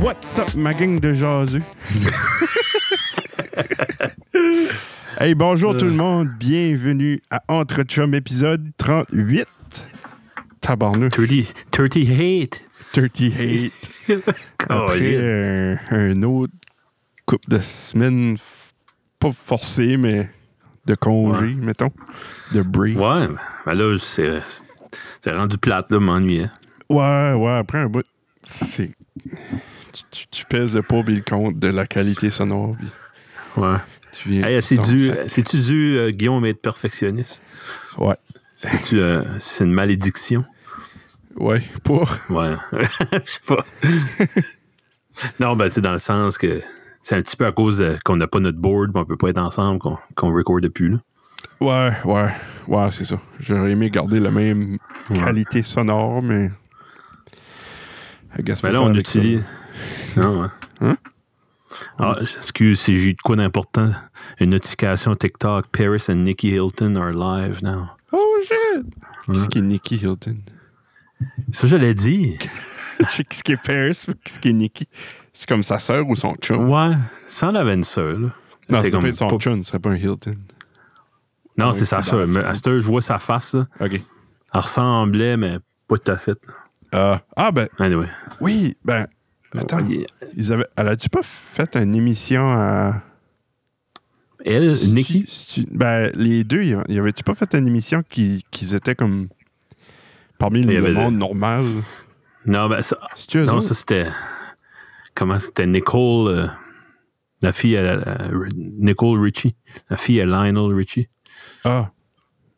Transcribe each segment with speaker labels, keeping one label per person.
Speaker 1: What's up, ma gang de jaseux? hey, bonjour
Speaker 2: Euh.
Speaker 1: tout le monde. Bienvenue à Entre Chum épisode 38. Tabarneux,
Speaker 2: 30, 38.
Speaker 1: 38.
Speaker 2: Oh,
Speaker 1: Après
Speaker 2: Colin.
Speaker 1: euh, un autre couple de semaines, f- pas forcé, mais de congé, mettons, de break.
Speaker 2: Ouais, mais là, c'est c'est rendu plate, là, hein. m'ennuyait.
Speaker 1: Ouais, ouais, après un bout, c'est. Tu, tu- tu pèses le pour et le contre de la qualité sonore. puis
Speaker 2: Ouais.
Speaker 1: tu viens-
Speaker 2: Hey, c'est
Speaker 1: donc,
Speaker 2: dû,
Speaker 1: ça-
Speaker 2: c'est-tu dû, euh, Guillaume, être perfectionniste?
Speaker 1: Ouais,
Speaker 2: C'est-tu, euh, c'est une malédiction?
Speaker 1: ouais, pour.
Speaker 2: Ouais. Je sais pas. non, ben, tu sais, dans le sens que c'est un petit peu à cause de- qu'on n'a pas notre board, puis on peut pas être ensemble, qu'on qu'on recorde plus, là.
Speaker 1: Ouais, ouais, ouais, c'est ça. J'aurais aimé garder la même qualité sonore, mais. I guess
Speaker 2: Mais
Speaker 1: faut
Speaker 2: Ben là,
Speaker 1: faire
Speaker 2: on
Speaker 1: avec ça.
Speaker 2: utilise. Non, ouais.
Speaker 1: Hein?
Speaker 2: Ah, excuse, si j'ai eu de quoi d'important. Une notification TikTok. Paris and Nikki Hilton are live now.
Speaker 1: Oh shit! Qu'est-ce qui est Nicky Hilton?
Speaker 2: Ça, je l'ai dit.
Speaker 1: Qu'est-ce qui est Paris? Qu'est-ce qui est Nicky? C'est comme sa sœur ou son chum?
Speaker 2: Ouais, sans la veine seule.
Speaker 1: non,
Speaker 2: T'es
Speaker 1: c'est
Speaker 2: comme-
Speaker 1: peut-être son
Speaker 2: pas-
Speaker 1: chum, ce serait pas un Hilton.
Speaker 2: Non, c'est
Speaker 1: Ouais,
Speaker 2: sa
Speaker 1: c'est
Speaker 2: sœur.
Speaker 1: dans
Speaker 2: Mais à cette heure, je vois sa face. Là.
Speaker 1: Ok.
Speaker 2: Elle ressemblait, mais pas tout à fait.
Speaker 1: Ah, ah, ben,
Speaker 2: Anyway.
Speaker 1: oui, ben. Attends,
Speaker 2: Ouais,
Speaker 1: ils avaient, elle a-tu pas fait une émission à.
Speaker 2: Elle, Euh, Nikki.
Speaker 1: Stu- Stu- Ben, les deux, y y avait-tu pas fait une émission qui- qu'ils étaient comme. Parmi
Speaker 2: Il y
Speaker 1: le
Speaker 2: avait-
Speaker 1: monde normal?
Speaker 2: Non, ben, ça,
Speaker 1: C'est-tu eux
Speaker 2: non,
Speaker 1: autres?
Speaker 2: ça c'était. Comment c'était Nicole. euh, la fille à, à- Nicole Richie. La fille à Lionel Richie.
Speaker 1: Ah,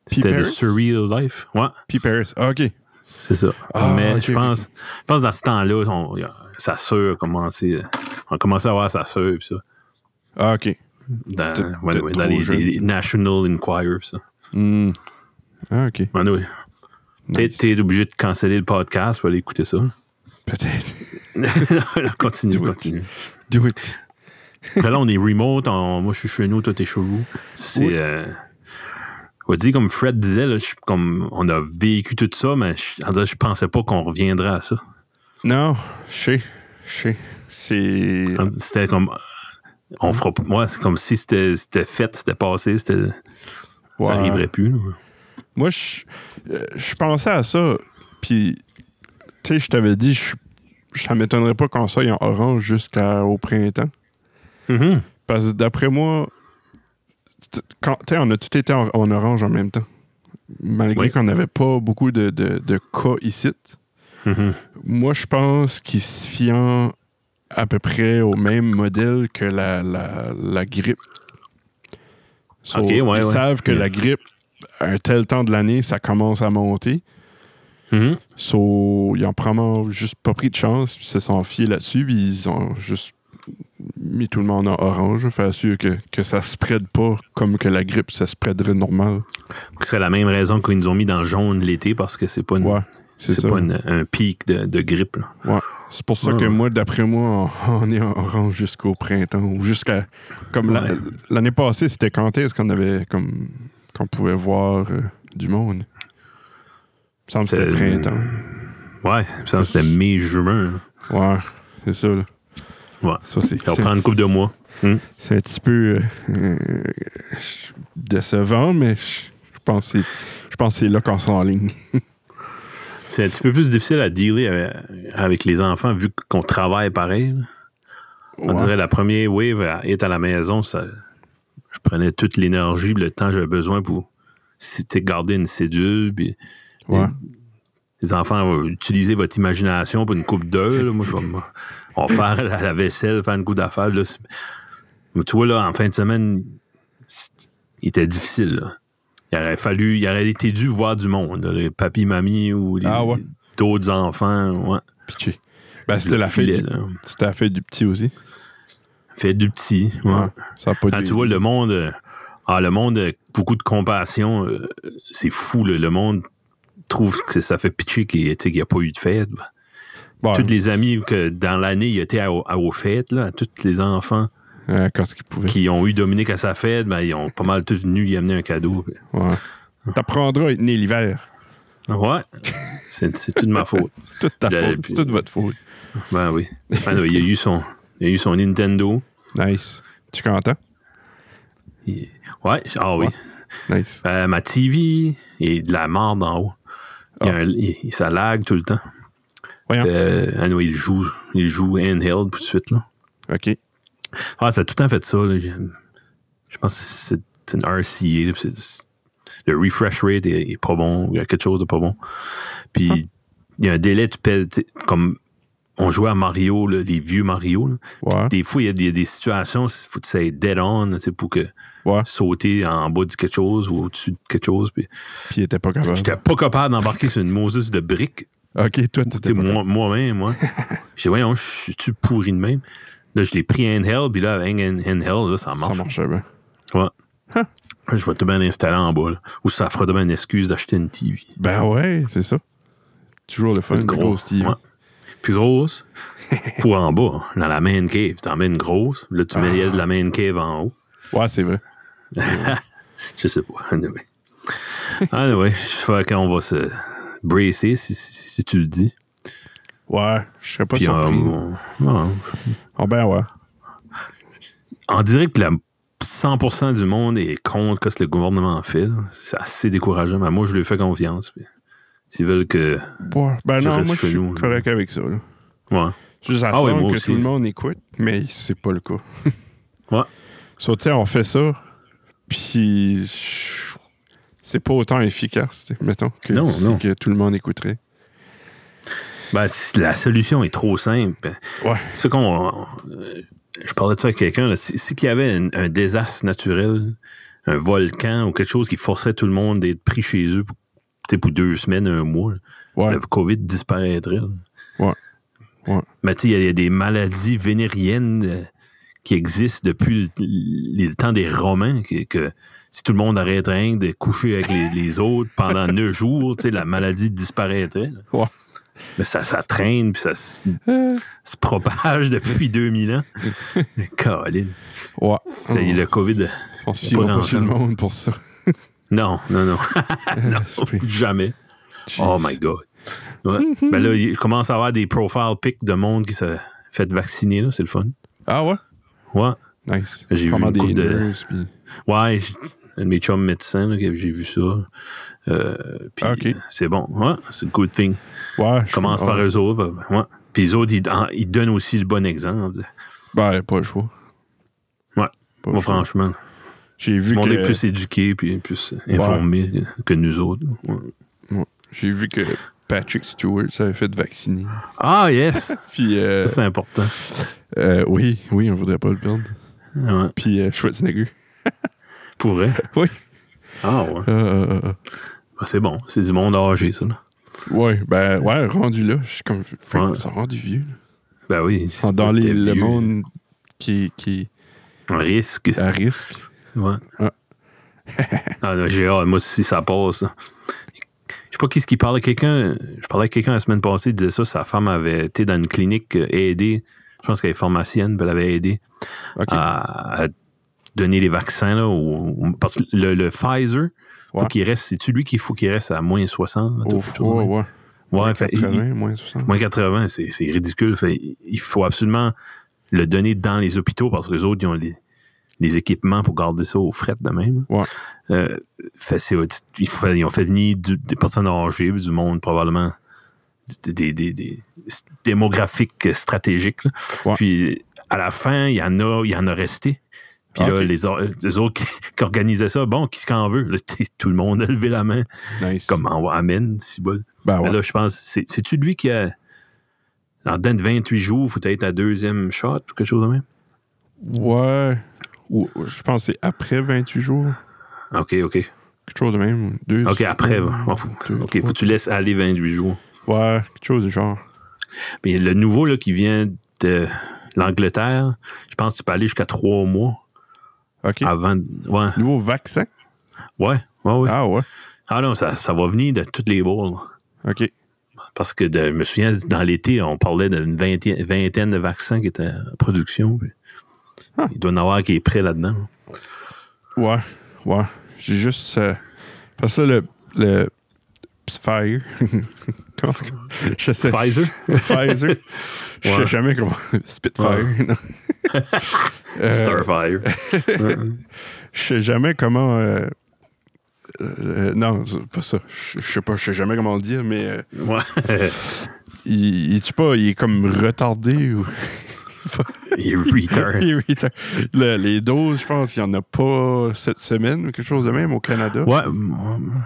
Speaker 2: C'était The
Speaker 1: Paris?
Speaker 2: Surreal Life. Ouais.
Speaker 1: P. Paris. Ah, OK.
Speaker 2: C'est ça.
Speaker 1: Ah,
Speaker 2: Mais
Speaker 1: ok,
Speaker 2: je pense, je pense que dans ce temps-là, on- sa sœur a commencé, euh, on a commencé à avoir sa sœur pis ça.
Speaker 1: Ah, OK.
Speaker 2: Dans,
Speaker 1: T'es-
Speaker 2: ouais,
Speaker 1: t'es
Speaker 2: ouais,
Speaker 1: trop
Speaker 2: dans les,
Speaker 1: jeune.
Speaker 2: les National Enquirer pis ça.
Speaker 1: Hmm. Ah, OK.
Speaker 2: Ouais, ouais. Peut-être
Speaker 1: Nice.
Speaker 2: t'es obligé de canceller le podcast pour aller écouter ça.
Speaker 1: Peut-être.
Speaker 2: Non, continue,
Speaker 1: Do it.
Speaker 2: continue.
Speaker 1: Do it.
Speaker 2: Là, on est remote, on- moi je suis chez nous, toi t'es chez vous. C'est.
Speaker 1: Oui.
Speaker 2: euh, on va dire, comme Fred disait, là, je suis comme, on a vécu tout ça, mais je, en disant, je pensais pas qu'on reviendrait à ça.
Speaker 1: Non, je sais. Je sais. C'est.
Speaker 2: Comme- C'était comme. On fera pas- Moi, c'est comme si c'était c'était fait, c'était passé, c'était.
Speaker 1: Ouais.
Speaker 2: Ça arriverait plus. là.
Speaker 1: Moi, je euh, je pensais à ça. Puis, tu sais, je t'avais dit, je ça m'étonnerait pas qu'on soit en orange jusqu'au printemps. Parce que d'après moi, t- quand, tu sais, on a tout été en, en orange en même temps. Malgré
Speaker 2: Oui.
Speaker 1: qu'on n'avait pas beaucoup de, de- de cas ici. Mm-hmm.
Speaker 2: Mhm.
Speaker 1: Moi, je pense qu'ils se fient à peu près au même modèle que la, la, la grippe.
Speaker 2: Ok, ouais,
Speaker 1: ils
Speaker 2: ouais.
Speaker 1: savent que
Speaker 2: Yeah.
Speaker 1: la grippe, à un tel temps de l'année, ça commence à monter. Mm-hmm.
Speaker 2: Mhm.
Speaker 1: So, ils ont probablement juste pas pris de chance, puis ils se sont fiés là-dessus, puis ils ont juste mis tout le monde en orange, faire sûr que, que ça se spread pas comme que la grippe, ça se spreaderait normal.
Speaker 2: Ce serait la même raison qu'ils nous ont mis dans le jaune l'été parce que c'est pas, une-
Speaker 1: Ouais, c'est
Speaker 2: Mm. c'est
Speaker 1: ça.
Speaker 2: pas une- un pic de, de grippe. là.
Speaker 1: Ouais. C'est pour ça
Speaker 2: Ouais,
Speaker 1: que
Speaker 2: ouais.
Speaker 1: moi, d'après moi, on, on est en orange jusqu'au printemps ou jusqu'à. Comme la-
Speaker 2: Ouais.
Speaker 1: l'année passée, c'était quand est-ce qu'on avait comme qu'on pouvait voir euh, du monde. Il me semble que c'était
Speaker 2: C'était-
Speaker 1: printemps.
Speaker 2: Ouais, il me semble que c'était mai-juin.
Speaker 1: Ouais, c'est ça. Là.
Speaker 2: Ouais.
Speaker 1: Ça, c'est.
Speaker 2: Ça va
Speaker 1: c'est-
Speaker 2: prendre une couple de mois.
Speaker 1: C'est un petit peu euh, euh, décevant, mais je je pense que c'est- je pense que c'est là qu'on s'en en ligne.
Speaker 2: C'est un petit peu plus difficile à dealer avec, avec les enfants vu qu'on travaille pareil. là. On dirait la première wave à être à la maison, ça, je prenais toute l'énergie, le temps que j'avais besoin pour c'était garder une cédule. Puis
Speaker 1: Ouais.
Speaker 2: les enfants, euh, utilisez votre imagination pour une coupe d'œufs. là. Moi, je vais me- on va faire la, la vaisselle, faire une coupe d'affaires. là. C'est- Mais tu vois, là, en fin de semaine, c'est- il était difficile. là. Il aurait fallu, il aurait été dû voir du monde, là, les papis, mamie ou les-
Speaker 1: Ah ouais.
Speaker 2: d'autres enfants. Ouais.
Speaker 1: Pitché. Ben,
Speaker 2: Le
Speaker 1: c'était la, fête
Speaker 2: filet,
Speaker 1: du-
Speaker 2: là.
Speaker 1: c'était la fête du petit aussi.
Speaker 2: Fait du petit. ouais.
Speaker 1: Ouais. Ça a pas
Speaker 2: Ah,
Speaker 1: dû-
Speaker 2: tu vois, le monde, euh, ah, le monde, euh, beaucoup de compassion, euh, c'est fou. là. Le monde trouve que ça fait pitié qu'il n'y a pas eu de fête.
Speaker 1: Bon,
Speaker 2: Toutes les amis que dans l'année, ils étaient à- à- aux fêtes, là, à tous les enfants
Speaker 1: euh, quand ce qu'ils pouvaient.
Speaker 2: qui ont eu Dominique à sa fête, ben, ils ont pas mal tous venus y amener un cadeau.
Speaker 1: Ouais. T'apprendras à être né l'hiver.
Speaker 2: Ouais. C'est c'est toute ma faute.
Speaker 1: C'est toute ta
Speaker 2: Le-
Speaker 1: faute. C'est toute votre faute.
Speaker 2: Ben oui. Ah non, il a eu son, il a eu son Nintendo.
Speaker 1: Nice. Tu content?
Speaker 2: Il- Ouais. Ah oui.
Speaker 1: Ouais. Nice.
Speaker 2: Euh, ma TV est de la mort d'en haut. Il y a un- il- ça lag tout le temps.
Speaker 1: Ah. Voyons.
Speaker 2: Euh, ah non, il joue, il joue handheld tout de suite là.
Speaker 1: OK.
Speaker 2: Ah, ça a tout le temps fait ça. Là. J'ai- Je pense que c'est c'est une RCA. là, puis c'est- le refresh rate est, est pas bon. Il y a quelque chose de pas bon.
Speaker 1: Ah.
Speaker 2: Puis il y a un délai, tu pèles, tu sais, comme on jouait à Mario, là, les vieux Mario. là.
Speaker 1: Ouais.
Speaker 2: Des fois, il y a des, des situations, il faut que tu sois dead on, tu sais, pour que
Speaker 1: Ouais.
Speaker 2: sauter en bas de quelque chose ou au-dessus de quelque chose. Puis
Speaker 1: Puis il était pas capable.
Speaker 2: j'étais pas capable d'embarquer sur une Moses de briques.
Speaker 1: OK, toi,
Speaker 2: Tu sais,
Speaker 1: t'étais pas capable.
Speaker 2: moi- moi-même, moi. J'ai dit, voyons, je suis-tu pourri de même? Là, je l'ai pris handheld, puis là, avec hand- handheld, là, ça
Speaker 1: Ça
Speaker 2: marche.
Speaker 1: marchait bien.
Speaker 2: Ouais.
Speaker 1: Huh.
Speaker 2: Je vais tout bien l'installer en bas, là. Ou ça fera demain une excuse d'acheter une TV.
Speaker 1: Ben ouais, c'est ça. Toujours le fun, une grosse TV.
Speaker 2: ouais. Plus grosse, pour en bas, dans la main cave. T'en mets une grosse, là, tu
Speaker 1: Ah.
Speaker 2: mets de la main cave en haut.
Speaker 1: Ouais, c'est vrai.
Speaker 2: Je sais pas. Anyway. anyway, je crois qu'on va se bracer, si, si- si tu le dis.
Speaker 1: Ouais, je serais pas
Speaker 2: Puis,
Speaker 1: surpris.
Speaker 2: euh, on- ouais.
Speaker 1: Ah ben ouais.
Speaker 2: On dirait que la 100% du monde est contre ce que le gouvernement fait. là. C'est assez décourageant, mais moi, je lui fais confiance. puis S'ils veulent que.
Speaker 1: Ouais. Ben
Speaker 2: Je
Speaker 1: non,
Speaker 2: reste
Speaker 1: moi, je
Speaker 2: chez
Speaker 1: suis
Speaker 2: nous, là.
Speaker 1: correct avec ça. là.
Speaker 2: Ouais.
Speaker 1: C'est juste à
Speaker 2: hein. Ah oui, moi
Speaker 1: que
Speaker 2: aussi.
Speaker 1: tout le monde écoute, mais c'est pas le cas.
Speaker 2: Ouais.
Speaker 1: So, tu sais, on fait ça, puis je- c'est pas autant efficace, tu sais, mettons, que
Speaker 2: Non,
Speaker 1: si
Speaker 2: non.
Speaker 1: que tout le monde écouterait.
Speaker 2: Ben, si la solution est trop simple.
Speaker 1: Ouais.
Speaker 2: Ce qu'on. euh, Je parlais de ça à quelqu'un. là. Si, si qu'il y avait un, un désastre naturel, un volcan ou quelque chose qui forcerait tout le monde d'être pris chez eux pour, tu sais, pour deux semaines, un mois, là,
Speaker 1: Ouais.
Speaker 2: le COVID disparaîtrait. là.
Speaker 1: Ouais. Ouais.
Speaker 2: Mais tu sais, il y a- il y, a des maladies vénériennes euh, qui existent depuis le, le- le temps des Romains, que, que si tout le monde arrêtait rien que de coucher avec les, les autres pendant neuf jours, tu sais, la maladie disparaîtrait. là.
Speaker 1: Ouais.
Speaker 2: Mais ça, ça traîne, puis ça se,
Speaker 1: Euh,
Speaker 2: se propage depuis 2000 ans. Caroline.
Speaker 1: ouais.
Speaker 2: Le COVID.
Speaker 1: On se fiera
Speaker 2: pas
Speaker 1: pas sur le
Speaker 2: grand-chose.
Speaker 1: monde pour ça.
Speaker 2: Non, non, non. non,
Speaker 1: Esprit.
Speaker 2: jamais. Oh
Speaker 1: Jeez. Mm-hmm.
Speaker 2: my God. Ouais. ben là, il commence à avoir des profile pics de monde qui se fait vacciner, là. C'est le fun.
Speaker 1: Ah ouais?
Speaker 2: Ouais.
Speaker 1: Nice.
Speaker 2: J'ai vu
Speaker 1: Pas mal
Speaker 2: une
Speaker 1: des
Speaker 2: couple de-
Speaker 1: nurses, puis-
Speaker 2: Ouais, j- un de mes chums médecins, là, que j'ai vu ça. Euh, puis
Speaker 1: Ah, ok.
Speaker 2: euh, C'est bon. Ouais, c'est une good thing.
Speaker 1: Ouais, je
Speaker 2: Commence par
Speaker 1: ouais.
Speaker 2: eux autres. ben, ouais. Puis les autres, ils, en- ils donnent aussi le bon exemple.
Speaker 1: Ben, pas le choix.
Speaker 2: Ouais.
Speaker 1: Pas le
Speaker 2: Moi,
Speaker 1: choix.
Speaker 2: franchement,
Speaker 1: J'ai vu
Speaker 2: le monde est
Speaker 1: que.
Speaker 2: plus éduqué puis plus informé que nous autres. Ouais.
Speaker 1: Ouais. J'ai vu que Patrick Stewart s'avait fait vacciner.
Speaker 2: Ah, yes!
Speaker 1: Puis, euh,
Speaker 2: ça, c'est important.
Speaker 1: euh, oui, oui, on voudrait pas le perdre.
Speaker 2: Ouais,
Speaker 1: Puis euh, Schwarzenegger.
Speaker 2: pour vrai.
Speaker 1: Oui.
Speaker 2: Ah, ouais.
Speaker 1: Euh, euh,
Speaker 2: Ben, c'est bon. C'est du monde âgé, ça. Là.
Speaker 1: euh, ouais, ben, ouais, rendu là. Je suis comme. Fait
Speaker 2: Ouais.
Speaker 1: qu'ils sont rendus vieux. là.
Speaker 2: Ben oui.
Speaker 1: Ils
Speaker 2: c'est
Speaker 1: sont dans
Speaker 2: pas
Speaker 1: les,
Speaker 2: t'es
Speaker 1: le
Speaker 2: vieux,
Speaker 1: monde qui, qui
Speaker 2: là. Risque.
Speaker 1: est à risque.
Speaker 2: Ouais.
Speaker 1: Ah.
Speaker 2: ah non, j'ai hâte. Moi, si ça passe, là. Je sais pas qui ce qui parlait. Quelqu'un, je parlais à quelqu'un la semaine passée, il disait ça. Sa femme avait été dans une clinique euh, aidée. Je pense qu'elle est pharmacienne, puis elle avait aidé
Speaker 1: Ok.
Speaker 2: Ah, à, à donner les vaccins. Là, au- au- parce que le, le Pfizer, faut
Speaker 1: Ouais.
Speaker 2: qu'il reste. C'est-tu lui qu'il faut qu'il reste à moins 60?
Speaker 1: Au
Speaker 2: quelque chose de
Speaker 1: froid,
Speaker 2: même?
Speaker 1: ouais.
Speaker 2: Ouais,
Speaker 1: Moins
Speaker 2: fait, il-
Speaker 1: 80, moins 60.
Speaker 2: Moins 80, c'est c'est ridicule. Fait, il faut absolument le donner dans les hôpitaux parce que les autres, ils ont les, les équipements pour garder ça au fret de même.
Speaker 1: Ouais.
Speaker 2: Euh, fait, c'est- il faut- ils ont fait venir du- des personnes âgées, du monde probablement des, des, des- des- démographiques euh, stratégiques. là.
Speaker 1: Ouais.
Speaker 2: Puis à la fin, il y en a, il y en a resté. Puis
Speaker 1: Ah,
Speaker 2: là,
Speaker 1: ok.
Speaker 2: les, or- les autres qui, qui organisaient ça, bon, qui ce qu'on veut? Là, tout le monde a levé la main.
Speaker 1: Nice.
Speaker 2: Comme, on va- amen, si bon.
Speaker 1: Ben,
Speaker 2: Mais
Speaker 1: ouais.
Speaker 2: là, je pense, c'est- c'est-tu lui qui a. En dedans de 28 jours, faut être à deuxième shot ou quelque chose de même?
Speaker 1: Ouais. Ou, je pense que c'est après 28 jours.
Speaker 2: OK, OK.
Speaker 1: Quelque chose de même. Deux.
Speaker 2: OK, après. bon, faut-
Speaker 1: deux,
Speaker 2: OK, faut
Speaker 1: trois.
Speaker 2: que tu laisses aller 28 jours.
Speaker 1: Ouais, quelque chose du genre.
Speaker 2: Mais le nouveau là, qui vient de l'Angleterre, je pense que tu peux aller jusqu'à trois mois
Speaker 1: OK.
Speaker 2: avant. de- Ouais,
Speaker 1: Nouveau vaccin?
Speaker 2: ouais, ouais. ouais. Ah.
Speaker 1: Ah ouais.
Speaker 2: non, ça, ça va venir de toutes les balles.
Speaker 1: OK.
Speaker 2: Parce que de, je me souviens, dans l'été, on parlait d'une vingtaine, vingtaine de vaccins qui étaient en production. puis
Speaker 1: Ah.
Speaker 2: Il doit y en avoir qui est prêt là-dedans.
Speaker 1: Ouais. Ouais. J'ai juste. euh, Parce que là, le, le Sphere. Comment est-ce que- je sais.
Speaker 2: Pfizer?
Speaker 1: Pfizer. Je
Speaker 2: Ouais.
Speaker 1: sais jamais comment. Spitfire.
Speaker 2: Ouais.
Speaker 1: non. Euh,
Speaker 2: Starfire.
Speaker 1: Je sais jamais comment. euh, euh, non, c'est pas ça. Je je sais pas, je sais jamais comment le dire, mais euh,
Speaker 2: ouais.
Speaker 1: il, il tue pas, il est comme retardé ou.
Speaker 2: Il est retard.
Speaker 1: Il est retard. Le- les doses, je pense, il y en a pas cette semaine ou quelque chose de même au Canada.
Speaker 2: Ouais. mm,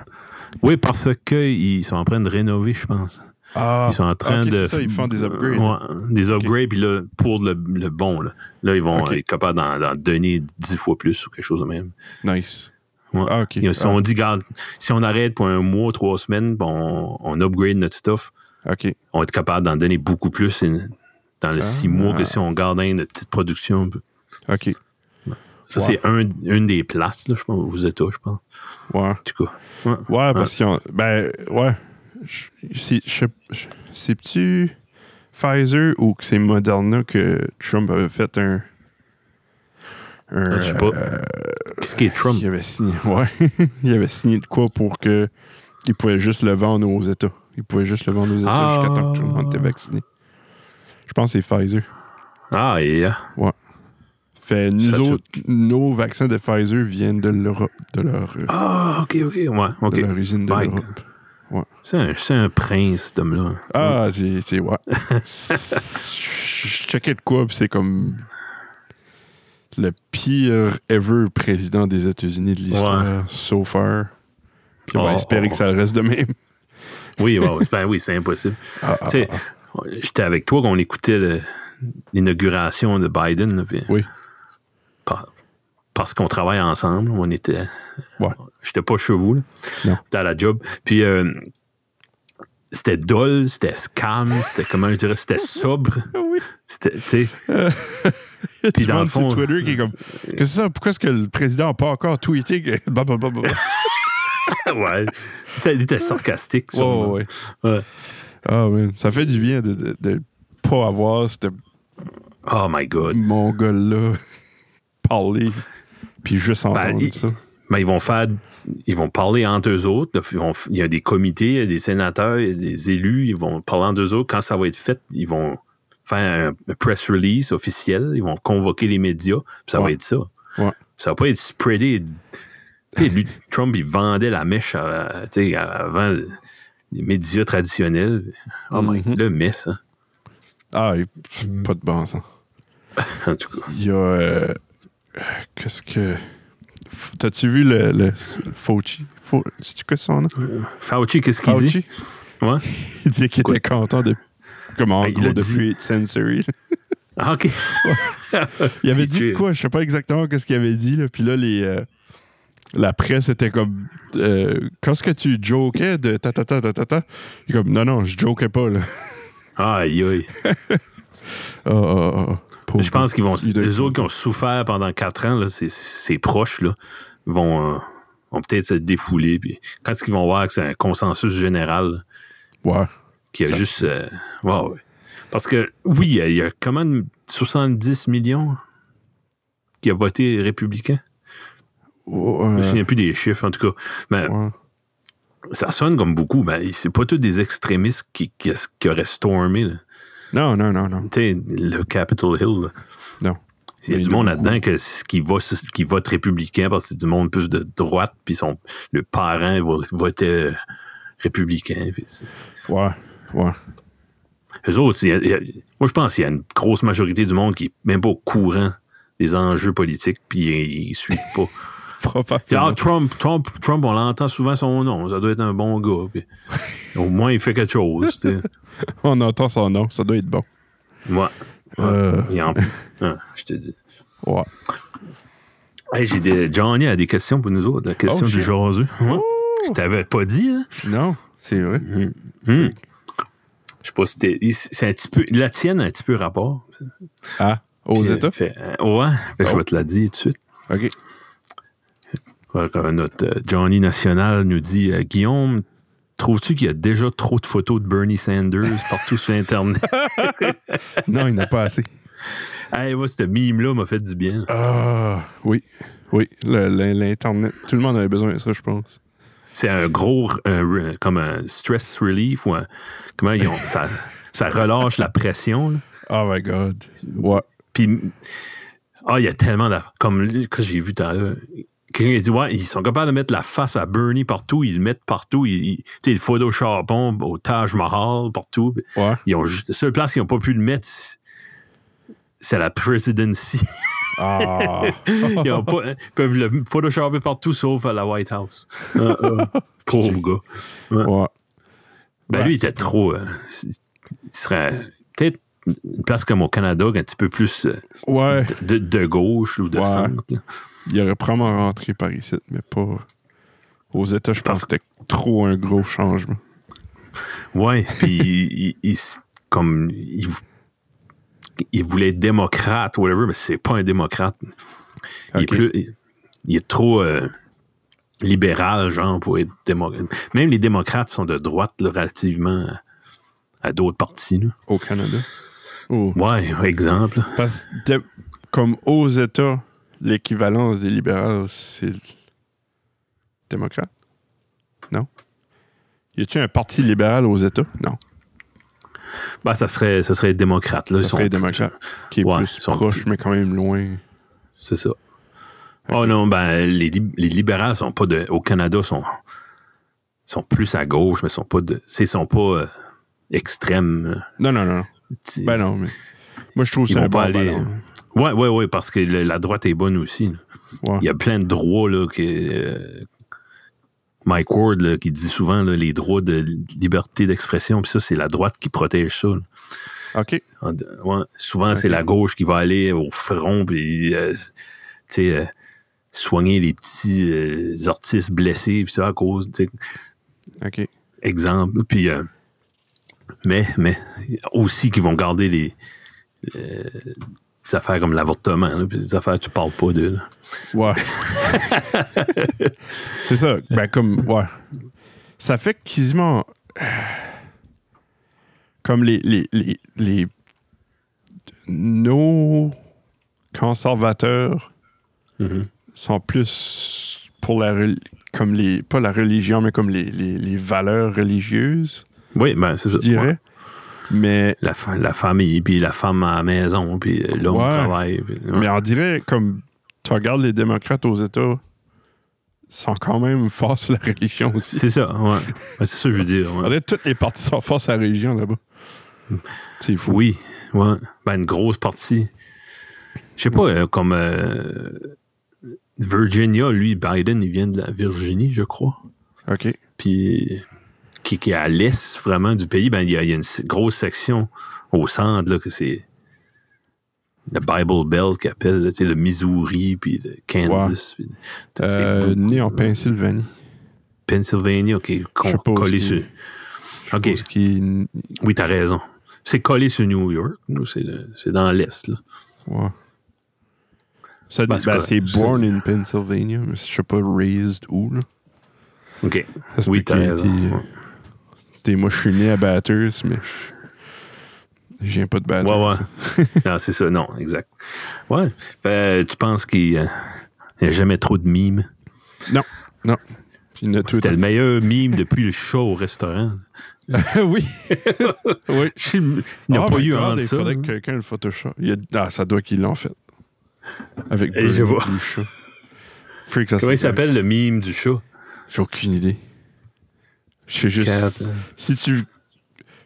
Speaker 2: Oui, parce qu'ils sont en train de rénover, je pense.
Speaker 1: Ah,
Speaker 2: Ils sont en train
Speaker 1: ok,
Speaker 2: de.
Speaker 1: c'est ça, ils font des upgrades.
Speaker 2: Ouais, des upgrades, puis là, pour le, le bon, là. Là, ils vont
Speaker 1: Ok.
Speaker 2: euh, être capables d'en, d'en donner dix fois plus ou quelque chose de même.
Speaker 1: Nice.
Speaker 2: Ouais.
Speaker 1: Ah, ok.
Speaker 2: Ils se sont dit, garde, si on arrête pour un mois, trois semaines, puis on, on upgrade notre stuff,
Speaker 1: Ah, Ok.
Speaker 2: on va être capable d'en donner beaucoup plus in- dans les
Speaker 1: Ah.
Speaker 2: six mois que si on garde un, notre petite production.
Speaker 1: Ok.
Speaker 2: Ça,
Speaker 1: Wow.
Speaker 2: c'est un, une des places, là, je pense, vous êtes là, je pense.
Speaker 1: Ouais.
Speaker 2: En tout cas.
Speaker 1: Ouais, parce qu'ils ont. Ben, ouais. Je- si- je- je- C'est-tu Pfizer ou que c'est Moderna que Trump avait fait un. un
Speaker 2: Ah,
Speaker 1: euh,
Speaker 2: Je sais pas. Qu'est-ce qui est Trump?
Speaker 1: il avait signé. Ouais. il avait signé de quoi pour que. Il pouvait juste le vendre aux États. Il pouvait juste le vendre aux États
Speaker 2: Ah.
Speaker 1: jusqu'à temps que tout le monde était vacciné. Je pense que c'est Pfizer.
Speaker 2: Ah, et, euh,
Speaker 1: Fait nous
Speaker 2: Ça, tu-
Speaker 1: autres, nos vaccins de Pfizer viennent de l'Europe, de leur, euh,
Speaker 2: ah, ok, ok, ouais, ok.
Speaker 1: de leur usine de
Speaker 2: Mike.
Speaker 1: l'Europe.
Speaker 2: C'est un, c'est un prince, cet homme-là.
Speaker 1: Ah, c'est. c'est- Ouais. Je je checkais de quoi, puis c'est comme. Le pire ever président des États-Unis de l'histoire, so far. Puis on va
Speaker 2: Oh,
Speaker 1: espérer
Speaker 2: oh,
Speaker 1: que ça le reste de même.
Speaker 2: Oui, ouais, ouais, ben oui, c'est impossible.
Speaker 1: Ah, ah,
Speaker 2: Tu sais,
Speaker 1: ah.
Speaker 2: j'étais avec toi quand on écoutait le- l'inauguration de Biden. là, puis-
Speaker 1: Oui.
Speaker 2: Par- parce qu'on travaille ensemble, on était.
Speaker 1: Ouais.
Speaker 2: J'étais pas chez vous, là.
Speaker 1: Non.
Speaker 2: J'étais à la job. Puis euh, c'était dol, c'était calme, c'était comment je dirais, c'était sobre.
Speaker 1: Oui.
Speaker 2: C'était, tu sais,
Speaker 1: Puis
Speaker 2: Ah dans le fond- euh,
Speaker 1: sur Twitter qui est comme. Qu'est-ce que c'est ça? Pourquoi est-ce que le président n'a pas encore tweeté que. bah, bah, bah, bah, bah.
Speaker 2: ouais. C'était, il était sarcastique.
Speaker 1: Ouais,
Speaker 2: sûrement.
Speaker 1: ouais, ouais.
Speaker 2: Ouais.
Speaker 1: Ah, man, Ça fait du bien de, de, de pas avoir ce
Speaker 2: Oh my God.
Speaker 1: mongol-là parler, puis juste entendre
Speaker 2: il-
Speaker 1: ça.
Speaker 2: Ben, ils vont faire, ils vont parler entre eux autres. là, ils vont- il y a des comités, il y a des sénateurs, il y a des élus, ils vont parler entre eux autres. Quand ça va être fait, ils vont faire un, un press release officiel, ils vont convoquer les médias, puis ça
Speaker 1: Ouais.
Speaker 2: va être ça.
Speaker 1: Ouais.
Speaker 2: Ça va pas être spreadé. Tu sais, lui, Trump, il vendait la mèche à- tu sais, avant le- les médias traditionnels. Oh my,
Speaker 1: Mhm.
Speaker 2: le mess, hein,
Speaker 1: Ah, il- pff, pas de bon sens.
Speaker 2: en tout cas.
Speaker 1: Il y a. euh, euh, Qu'est-ce que. F- T'as-tu vu le, le s- Fauci? Fau- C'est-tu quoi son nom?
Speaker 2: Fauci, qu'est-ce qu'il dit?
Speaker 1: Fauci?
Speaker 2: Ouais.
Speaker 1: Il dit qu'il
Speaker 2: Quoi?
Speaker 1: était content de. Comme en
Speaker 2: Ben, il
Speaker 1: gros,
Speaker 2: l'a
Speaker 1: depuis 8 Century.
Speaker 2: Ah, OK.
Speaker 1: Il avait dit
Speaker 2: Puis,
Speaker 1: quoi? Je sais pas exactement qu'est-ce qu'il avait dit. Là. Puis là, les, euh, la presse était comme. euh, Qu'est-ce que tu jokais de ta ta ta ta ta ta? Il est comme, non, non, je jokais pas. Là.
Speaker 2: Aïe, aïe.
Speaker 1: Ah, ah, ah, ah. Pauvre.
Speaker 2: Je pense qu'ils vont.
Speaker 1: Il doit
Speaker 2: Les
Speaker 1: être
Speaker 2: autres qui ont souffert pendant quatre ans, là, ses, ses proches, là, vont, euh, vont peut-être se défouler. Puis quand est-ce qu'ils vont voir que c'est un consensus général, là,
Speaker 1: Ouais.
Speaker 2: qu'il y a
Speaker 1: Ça-
Speaker 2: juste. euh, ouais, ouais. Parce que, oui, il y a- il y a comment de- 70 millions qui a voté républicain.
Speaker 1: Oh,
Speaker 2: Je me
Speaker 1: euh,
Speaker 2: souviens plus des chiffres, en tout cas. Mais
Speaker 1: ouais.
Speaker 2: ça sonne comme beaucoup. Mais c'est pas tous des extrémistes qui, qui, qui auraient stormé. là.
Speaker 1: Non, non, non, non.
Speaker 2: Tu sais, le Capitol Hill. là.
Speaker 1: Non.
Speaker 2: Il y a
Speaker 1: Mais il
Speaker 2: du
Speaker 1: y en a
Speaker 2: monde là-dedans que, qui, va, qui vote républicain parce que c'est du monde plus de droite, puis son, le parent va voter euh, républicain. puis c'est-
Speaker 1: Ouais. Ouais.
Speaker 2: Eux autres, il y a- il y a- moi je pense qu'il y a une grosse majorité du monde qui n'est même pas au courant des enjeux politiques, puis ils ne suivent pas. Puis,
Speaker 1: Probablement.
Speaker 2: ah, Trump, Trump, Trump, on l'entend souvent son nom, ça doit être un bon gars. puis au moins, il fait quelque chose. tu sais.
Speaker 1: On entend son nom, ça doit être bon.
Speaker 2: Moi,
Speaker 1: Euh.
Speaker 2: il en- Ah, je te dis.
Speaker 1: Ouais.
Speaker 2: Hey, j'ai des... Johnny a des questions pour nous autres. La question
Speaker 1: Oh,
Speaker 2: du
Speaker 1: shit.
Speaker 2: jaseux. Ouais. Je t'avais pas dit. Hein?
Speaker 1: Non, c'est vrai.
Speaker 2: Hmm. Je sais pas si t'es... C'est un petit peu... La tienne a un petit peu rapport.
Speaker 1: Ah, aux
Speaker 2: Puis, euh,
Speaker 1: États?
Speaker 2: fait- euh, ouais. Fait que
Speaker 1: Oh.
Speaker 2: Je vais te la dire tout de suite.
Speaker 1: OK.
Speaker 2: Ouais, quand notre euh, Johnny National nous dit euh, Guillaume, trouves-tu qu'il y a déjà trop de photos de Bernie Sanders partout sur Internet
Speaker 1: Non, il n'a pas assez.
Speaker 2: Hey, moi, ce mime-là m'a fait du bien.
Speaker 1: Ah, oui. Oui, le- le- l'Internet. Tout le monde avait besoin de ça, je pense.
Speaker 2: c'est un gros, un- comme un stress relief ou un- comment ils ont, ça, ça relâche la pression. là.
Speaker 1: Oh my God. Ouais.
Speaker 2: Puis, ah, il y a tellement de. Comme lui, que j'ai vu tout à l'heure. Quelqu'un a dit, ouais, ils sont capables de mettre la face à Bernie partout, ils le mettent partout. Ils, ils- tu sais, le photo charbon au Taj Mahal, partout.
Speaker 1: Ouais.
Speaker 2: Ils ont, ju- la seule place qu'ils n'ont pas pu le mettre, c'est- c'est à la presidency.
Speaker 1: Ah.
Speaker 2: Ils ont pas, ils peuvent le photoshopper partout sauf à la White House.
Speaker 1: Ah,
Speaker 2: Pauvre gars.
Speaker 1: ouais.
Speaker 2: Ben
Speaker 1: Ouais.
Speaker 2: lui, il était trop. euh, c'est- il serait peut-être une place comme au Canada, un petit peu plus euh,
Speaker 1: Ouais.
Speaker 2: de, de gauche ou de
Speaker 1: Ouais.
Speaker 2: centre. là.
Speaker 1: Il aurait probablement rentré par ici, mais pas aux États. Je pense
Speaker 2: Parce-
Speaker 1: que c'était trop un gros changement.
Speaker 2: Ouais, puis il, il- il s- comme il, vou- il voulait être démocrate, whatever, mais c'est pas un démocrate. Il est
Speaker 1: Ok.
Speaker 2: plus, il, il est trop euh, libéral, genre pour être démocrate. Même les démocrates sont de droite là, relativement euh, à, à d'autres partis. là.
Speaker 1: Au Canada. Oh.
Speaker 2: Ouais, exemple.
Speaker 1: Parce que, dé- comme aux États, l'équivalence des libéraux, c'est le- démocrate? Non? Y a-t-il un parti libéral aux États? Non.
Speaker 2: Ben, ça serait, ça serait démocrate là.
Speaker 1: Ça
Speaker 2: ils sont-
Speaker 1: serait démocrate, qui est
Speaker 2: Ouais,
Speaker 1: plus
Speaker 2: ils sont
Speaker 1: proche,
Speaker 2: plus-
Speaker 1: mais quand même loin.
Speaker 2: C'est ça. Oh non, ben les, lib- les libérales sont pas de, au Canada sont sont plus à gauche, mais sont pas de, c'est sont pas euh, extrêmes. là.
Speaker 1: Non, non, non. non.
Speaker 2: Tu-
Speaker 1: Ben non, mais... Moi, je trouve
Speaker 2: Ils
Speaker 1: ça
Speaker 2: vont
Speaker 1: un bon
Speaker 2: pas aller.
Speaker 1: balance.
Speaker 2: Ouais, ouais, ouais, parce que le- la droite est bonne aussi. là.
Speaker 1: Ouais.
Speaker 2: Il y a plein de droits là, que euh, Mike Ward là, qui dit souvent là, les droits de li- liberté d'expression, puis ça, c'est la droite qui protège ça. là. hein.
Speaker 1: OK.
Speaker 2: En- ouais, souvent,
Speaker 1: Ok.
Speaker 2: c'est la gauche qui va aller au front puis euh, tu sais, euh, soigner les petits euh, artistes blessés, puis ça, à cause, tu sais,
Speaker 1: OK.
Speaker 2: exemple. Puis, euh, mais, mais, aussi qui vont garder les, euh, des affaires comme l'avortement, là, puis des affaires que tu parles pas de. là.
Speaker 1: Ouais. c'est ça. Ben, comme, ouais. Ça fait quasiment. euh, Comme les. les, les, les- nos conservateurs Mm-hmm.
Speaker 2: Mhm.
Speaker 1: sont plus pour la. rel- Comme les. Pas la religion, mais comme les, les, les valeurs religieuses,
Speaker 2: Oui, ben, c'est ça.
Speaker 1: je dirais.
Speaker 2: ouais.
Speaker 1: Mais,
Speaker 2: La, fa- la famille, puis la femme à la maison, puis euh, l'homme
Speaker 1: Ouais.
Speaker 2: au travail. puis- ouais.
Speaker 1: mais on dirait, comme. Tu regardes les démocrates aux États, sont quand même forts sur la religion aussi.
Speaker 2: C'est ça, ouais. Ouais, c'est ça que je veux dire. ouais.
Speaker 1: On dirait que toutes les parties sont fortes à la région là-bas. C'est fou.
Speaker 2: Oui, ouais. Ben, une grosse partie. Je sais pas, euh, comme euh, Virginia, lui, Biden, il vient de la Virginie, je crois.
Speaker 1: OK.
Speaker 2: Puis, qui, qui est à l'est vraiment du pays, ben, il y, a il y a une s- grosse section au centre, là, que c'est le Bible Belt qui appelle, là, tu sais, le Missouri, puis le Kansas. puis tout- c'est
Speaker 1: Euh,
Speaker 2: beaucoup-
Speaker 1: né en Pennsylvanie.
Speaker 2: Pennsylvania, qui est
Speaker 1: Je sais
Speaker 2: con-
Speaker 1: pas où
Speaker 2: collé
Speaker 1: c'est.
Speaker 2: sur. Ok,
Speaker 1: Parce qu'il-
Speaker 2: oui, t'as raison. C'est collé sur New York, nous, c'est le- c'est dans l'est, là.
Speaker 1: Ouais. Ça
Speaker 2: Ben,
Speaker 1: dit,
Speaker 2: c'est
Speaker 1: ben,
Speaker 2: quoi?
Speaker 1: c'est born in Pennsylvania, mais je sais pas raised où. Là.
Speaker 2: OK.
Speaker 1: Ça se
Speaker 2: Oui,
Speaker 1: peut
Speaker 2: t'as
Speaker 1: qu'il ait
Speaker 2: raison.
Speaker 1: été, euh,
Speaker 2: Ouais.
Speaker 1: c'était- moi, je suis né à Bathurst, mais je je viens pas de Bathurst.
Speaker 2: Ouais, ouais. non, c'est ça, non, exact. Ouais. Fait, tu penses qu'il n'y a jamais trop de mimes?
Speaker 1: Non, non. Il y en a tout.
Speaker 2: C'était le meilleur mime depuis le show au restaurant.
Speaker 1: oui. oui.
Speaker 2: Il n'y a
Speaker 1: Oh
Speaker 2: pas
Speaker 1: my
Speaker 2: eu
Speaker 1: God,
Speaker 2: un de
Speaker 1: Il
Speaker 2: ça.
Speaker 1: faudrait que quelqu'un le Photoshop. Il y a- Ah, ça doit qu'ils l'ont fait. Avec
Speaker 2: Et je
Speaker 1: Bernie
Speaker 2: vois.
Speaker 1: du chat. Freak, ça
Speaker 2: Comment il
Speaker 1: s'appelle?
Speaker 2: s'appelle le mime du chat?
Speaker 1: J'ai aucune idée. Je sais juste.
Speaker 2: Cat, euh.
Speaker 1: Si tu.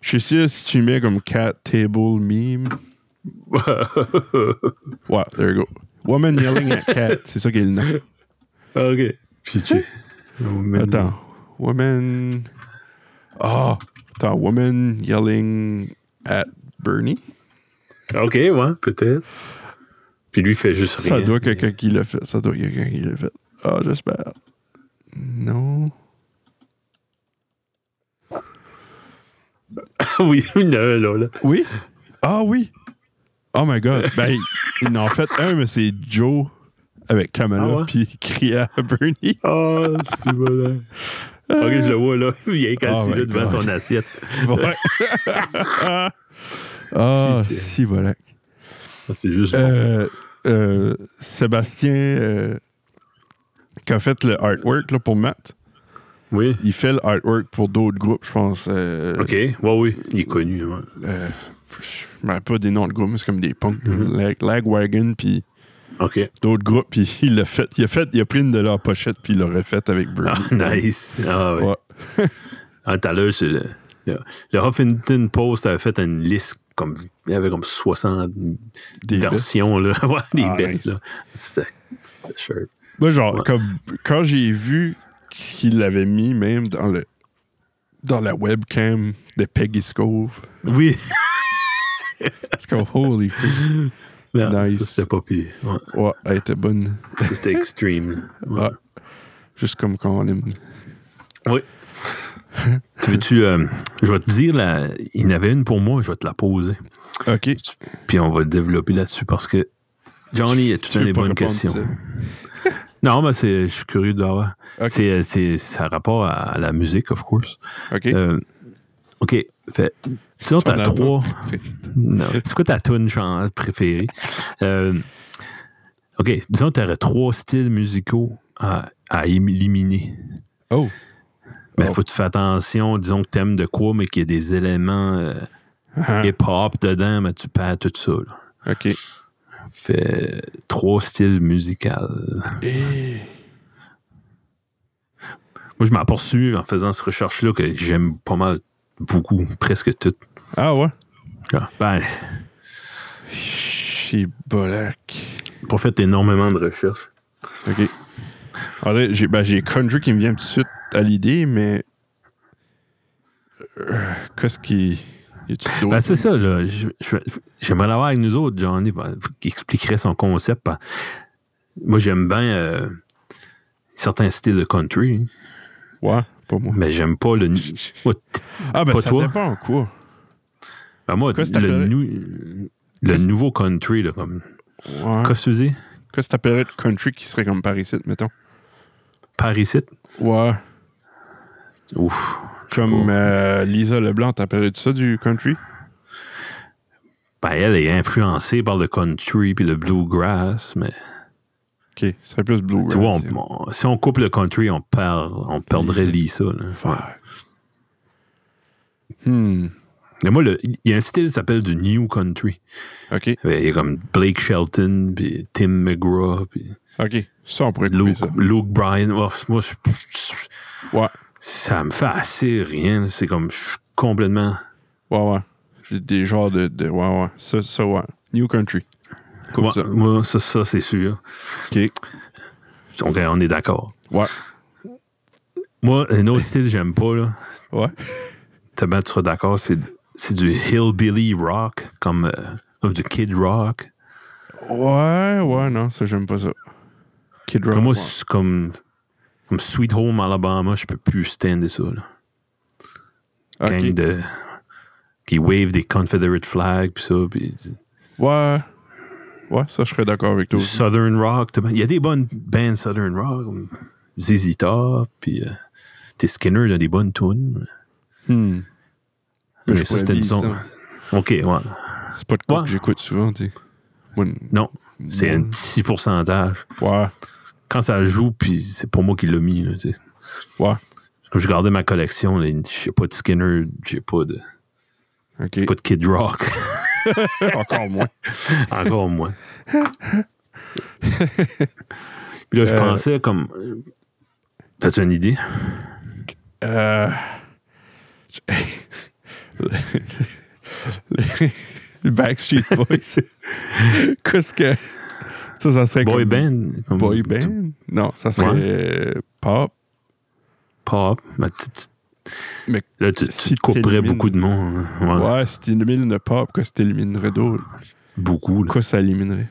Speaker 1: Je sais si tu mets comme cat table meme.
Speaker 2: OK.
Speaker 1: Ouais, there you go. Woman yelling at cat. C'est ça qui est le nom.
Speaker 2: Puis tu...
Speaker 1: Attends. Woman. Ah! Attends, woman yelling at Bernie.
Speaker 2: OK, ouais, peut-être. Puis lui, il fait juste rien.
Speaker 1: Ça doit quelqu'un qui l'a fait. Ça doit quelqu'un qui l'a fait. Ah, j'espère. Non.
Speaker 2: oui, il y en a un, là. là.
Speaker 1: Oui? Ah oui! Oh my god! Ben, il en fait un, mais c'est Joe avec
Speaker 2: Ah
Speaker 1: Kamala
Speaker 2: ouais?
Speaker 1: puis il crie à Bernie.
Speaker 2: Ah, c'est malin. Ah, OK, je le vois, là. Il est assis
Speaker 1: Oh my
Speaker 2: là devant
Speaker 1: God.
Speaker 2: son assiette.
Speaker 1: Ouais. ah,
Speaker 2: Shit.
Speaker 1: si voilà.
Speaker 2: Ah, C'est juste...
Speaker 1: Euh, euh, Sébastien euh, qui a fait le artwork là, pour Matt.
Speaker 2: Oui.
Speaker 1: Il fait le artwork pour d'autres groupes, je pense. euh,
Speaker 2: OK. Ouais, oui. Il est connu. ouais.
Speaker 1: euh, je me rappelle pas des noms de groupes, mais c'est comme des punks.
Speaker 2: Mhm.
Speaker 1: Lag- Lagwagon, puis
Speaker 2: OK.
Speaker 1: d'autres groupes. Puis il l'a fait. Il a fait, il a pris une de leurs pochettes, puis il l'a refait avec Birdie.
Speaker 2: Ah, nice. Ah, oui.
Speaker 1: Ouais.
Speaker 2: Ah, tout à l'heure, c'est le, le, le Huffington Post avait fait une liste comme. Il y avait comme 60
Speaker 1: Des
Speaker 2: versions, là. Ouais, des
Speaker 1: Ah, nice.
Speaker 2: best, là. C'est sure.
Speaker 1: Moi, genre,
Speaker 2: Ouais.
Speaker 1: comme, quand j'ai vu qu'il l'avait mis même dans le dans la webcam de Peggy Scove,
Speaker 2: Oui.
Speaker 1: c'est comme holy fuck.
Speaker 2: Non,
Speaker 1: Nice.
Speaker 2: Ça, c'était pas pire. Ouais.
Speaker 1: Ouais, elle était bonne.
Speaker 2: Ça, C'était extreme. là. Ouais.
Speaker 1: Ah, juste comme quand on l'aime.
Speaker 2: Oui. tu veux-tu. euh, je vais te dire, la, il y en avait une pour moi, je vais te la poser.
Speaker 1: Ok.
Speaker 2: Puis on va développer là-dessus parce que Johnny a tout le temps
Speaker 1: veux
Speaker 2: les
Speaker 1: pas
Speaker 2: bonnes
Speaker 1: répondre,
Speaker 2: questions.
Speaker 1: ça?
Speaker 2: Non, mais c'est, je suis curieux de l'avoir.
Speaker 1: Ok.
Speaker 2: C'est, euh, c'est, ça a rapport à la musique, of course.
Speaker 1: Ok.
Speaker 2: Euh, OK. Fait, sinon,
Speaker 1: Ton
Speaker 2: t'as
Speaker 1: album
Speaker 2: trois. Non. C'est quoi ta tune genre, préférée? Euh, OK. Disons, t'aurais trois styles musicaux à, à éliminer.
Speaker 1: oh.
Speaker 2: Mais
Speaker 1: Oh.
Speaker 2: faut que tu fasses attention. Disons que t'aimes de quoi, mais qu'il y a des éléments euh,
Speaker 1: Ah,
Speaker 2: hip-hop dedans, mais tu perds tout ça. là.
Speaker 1: ok.
Speaker 2: Fait trois styles musicaux.
Speaker 1: Eh,
Speaker 2: Moi, je m'en poursuis en faisant cette recherche-là que j'aime pas mal, beaucoup, presque tout.
Speaker 1: Ah ouais.
Speaker 2: Ah, Ben,
Speaker 1: Chibolac.
Speaker 2: pas fait énormément de recherches.
Speaker 1: Ok. En vrai, j'ai ben, j'ai Conjure qui me vient tout de suite à l'idée, mais. Euh, Qu'est-ce qui. Y a-tu d'autres?
Speaker 2: Ben, c'est ça, là. Je- je- J'aimerais l'avoir avec nous autres, Johnny, ben, qui expliquerait son concept. ben. moi, j'aime bien euh, certains styles de country, hein,
Speaker 1: Ouais, pas moi.
Speaker 2: mais j'aime pas le. nu- Moi, t-
Speaker 1: Ah, ben
Speaker 2: Pas
Speaker 1: ça
Speaker 2: toi?
Speaker 1: dépend quoi.
Speaker 2: ben, moi,
Speaker 1: Qu'est-ce que
Speaker 2: le,
Speaker 1: t'appellerais?
Speaker 2: nu- le nouveau country, là, comme.
Speaker 1: Ouais.
Speaker 2: Qu'est-ce que tu dis?
Speaker 1: Qu'est-ce que t'appellerais de country qui serait comme Paris mettons?
Speaker 2: Parasite?
Speaker 1: Ouais.
Speaker 2: Ouf.
Speaker 1: Comme euh, Lisa Leblanc, t'appellerais-tu ça du country?
Speaker 2: Ben, elle est influencée par le country puis le bluegrass, mais.
Speaker 1: Ok, ce serait plus Hein. blue.
Speaker 2: Tu vois, on- on- si on coupe le country, on, perd, on perdrait Lisa. là.
Speaker 1: Hmm.
Speaker 2: Mais moi, le- il y a un style qui s'appelle du New Country.
Speaker 1: Ok,
Speaker 2: Il y a comme Blake Shelton, puis Tim McGraw, puis
Speaker 1: ok. Ça, on pourrait couper
Speaker 2: Luke,
Speaker 1: ça.
Speaker 2: Luke Bryan. Oh, moi, je-
Speaker 1: Ouais,
Speaker 2: ça me fait assez rien. là. C'est comme, je suis complètement...
Speaker 1: ouais, ouais. J'ai des genres de, de- Ouais, ouais. Ça, ça, ouais. New country. Coupe
Speaker 2: Ouais,
Speaker 1: ça.
Speaker 2: moi, ça, ça, c'est sûr.
Speaker 1: Ok.
Speaker 2: Donc, on est d'accord.
Speaker 1: Ouais.
Speaker 2: Moi, un autre style que j'aime pas, là,
Speaker 1: Ouais.
Speaker 2: tellement tu seras d'accord, c'est c'est du hillbilly rock, comme, euh, comme du kid rock.
Speaker 1: Ouais, ouais, non, ça, j'aime pas ça. Kid Rock.
Speaker 2: Comme moi,
Speaker 1: ouais.
Speaker 2: c'est comme, comme Sweet Home Alabama, je peux plus stander ça. Là.
Speaker 1: Ok.
Speaker 2: Gang de, qui wave des Confederate flags, puis ça. puis
Speaker 1: Ouais. Ouais, ça, je serais d'accord avec toi.
Speaker 2: du Southern Rock. t'as- Il y a des bonnes bands Southern Rock, comme ZZ Top, puis euh, T. Skinner, il a des bonnes tunes.
Speaker 1: Hmm. Mais
Speaker 2: Mais
Speaker 1: je
Speaker 2: ça,
Speaker 1: pourrais
Speaker 2: c'était une
Speaker 1: vivre
Speaker 2: zone. Ok, ouais.
Speaker 1: C'est pas de quoi
Speaker 2: Ouais.
Speaker 1: que j'écoute souvent, tu sais. Moi, n-
Speaker 2: Non, c'est un
Speaker 1: Mm.
Speaker 2: petit pourcentage.
Speaker 1: Ouais.
Speaker 2: Quand ça joue, puis c'est pour moi qui l'a mis. Là, tu sais.
Speaker 1: Ouais.
Speaker 2: Quand je gardais ma collection, là, j'ai pas de Skinner, j'ai pas de,
Speaker 1: OK.
Speaker 2: pas de Kid Rock.
Speaker 1: Encore moins.
Speaker 2: Encore moins. Puis là, je
Speaker 1: Euh,
Speaker 2: pensais comme. T'as-tu une idée?
Speaker 1: Euh... Le Backstreet Boys. Qu'est-ce que... Ça, ça serait
Speaker 2: Boy
Speaker 1: ben, comme-
Speaker 2: band? comme
Speaker 1: Boy
Speaker 2: du
Speaker 1: band? Non, ça serait euh, pop.
Speaker 2: Pop. Mais tu- tu-
Speaker 1: Mais
Speaker 2: Bah, là, tu, tu
Speaker 1: si
Speaker 2: te couperais
Speaker 1: t'élimines-
Speaker 2: beaucoup de monde. hein. Ouais,
Speaker 1: Ouais, si t'élimines le pop, qu'est-ce que t'éliminerais d'autre?
Speaker 2: Beaucoup. là.
Speaker 1: Quoi ça éliminerait?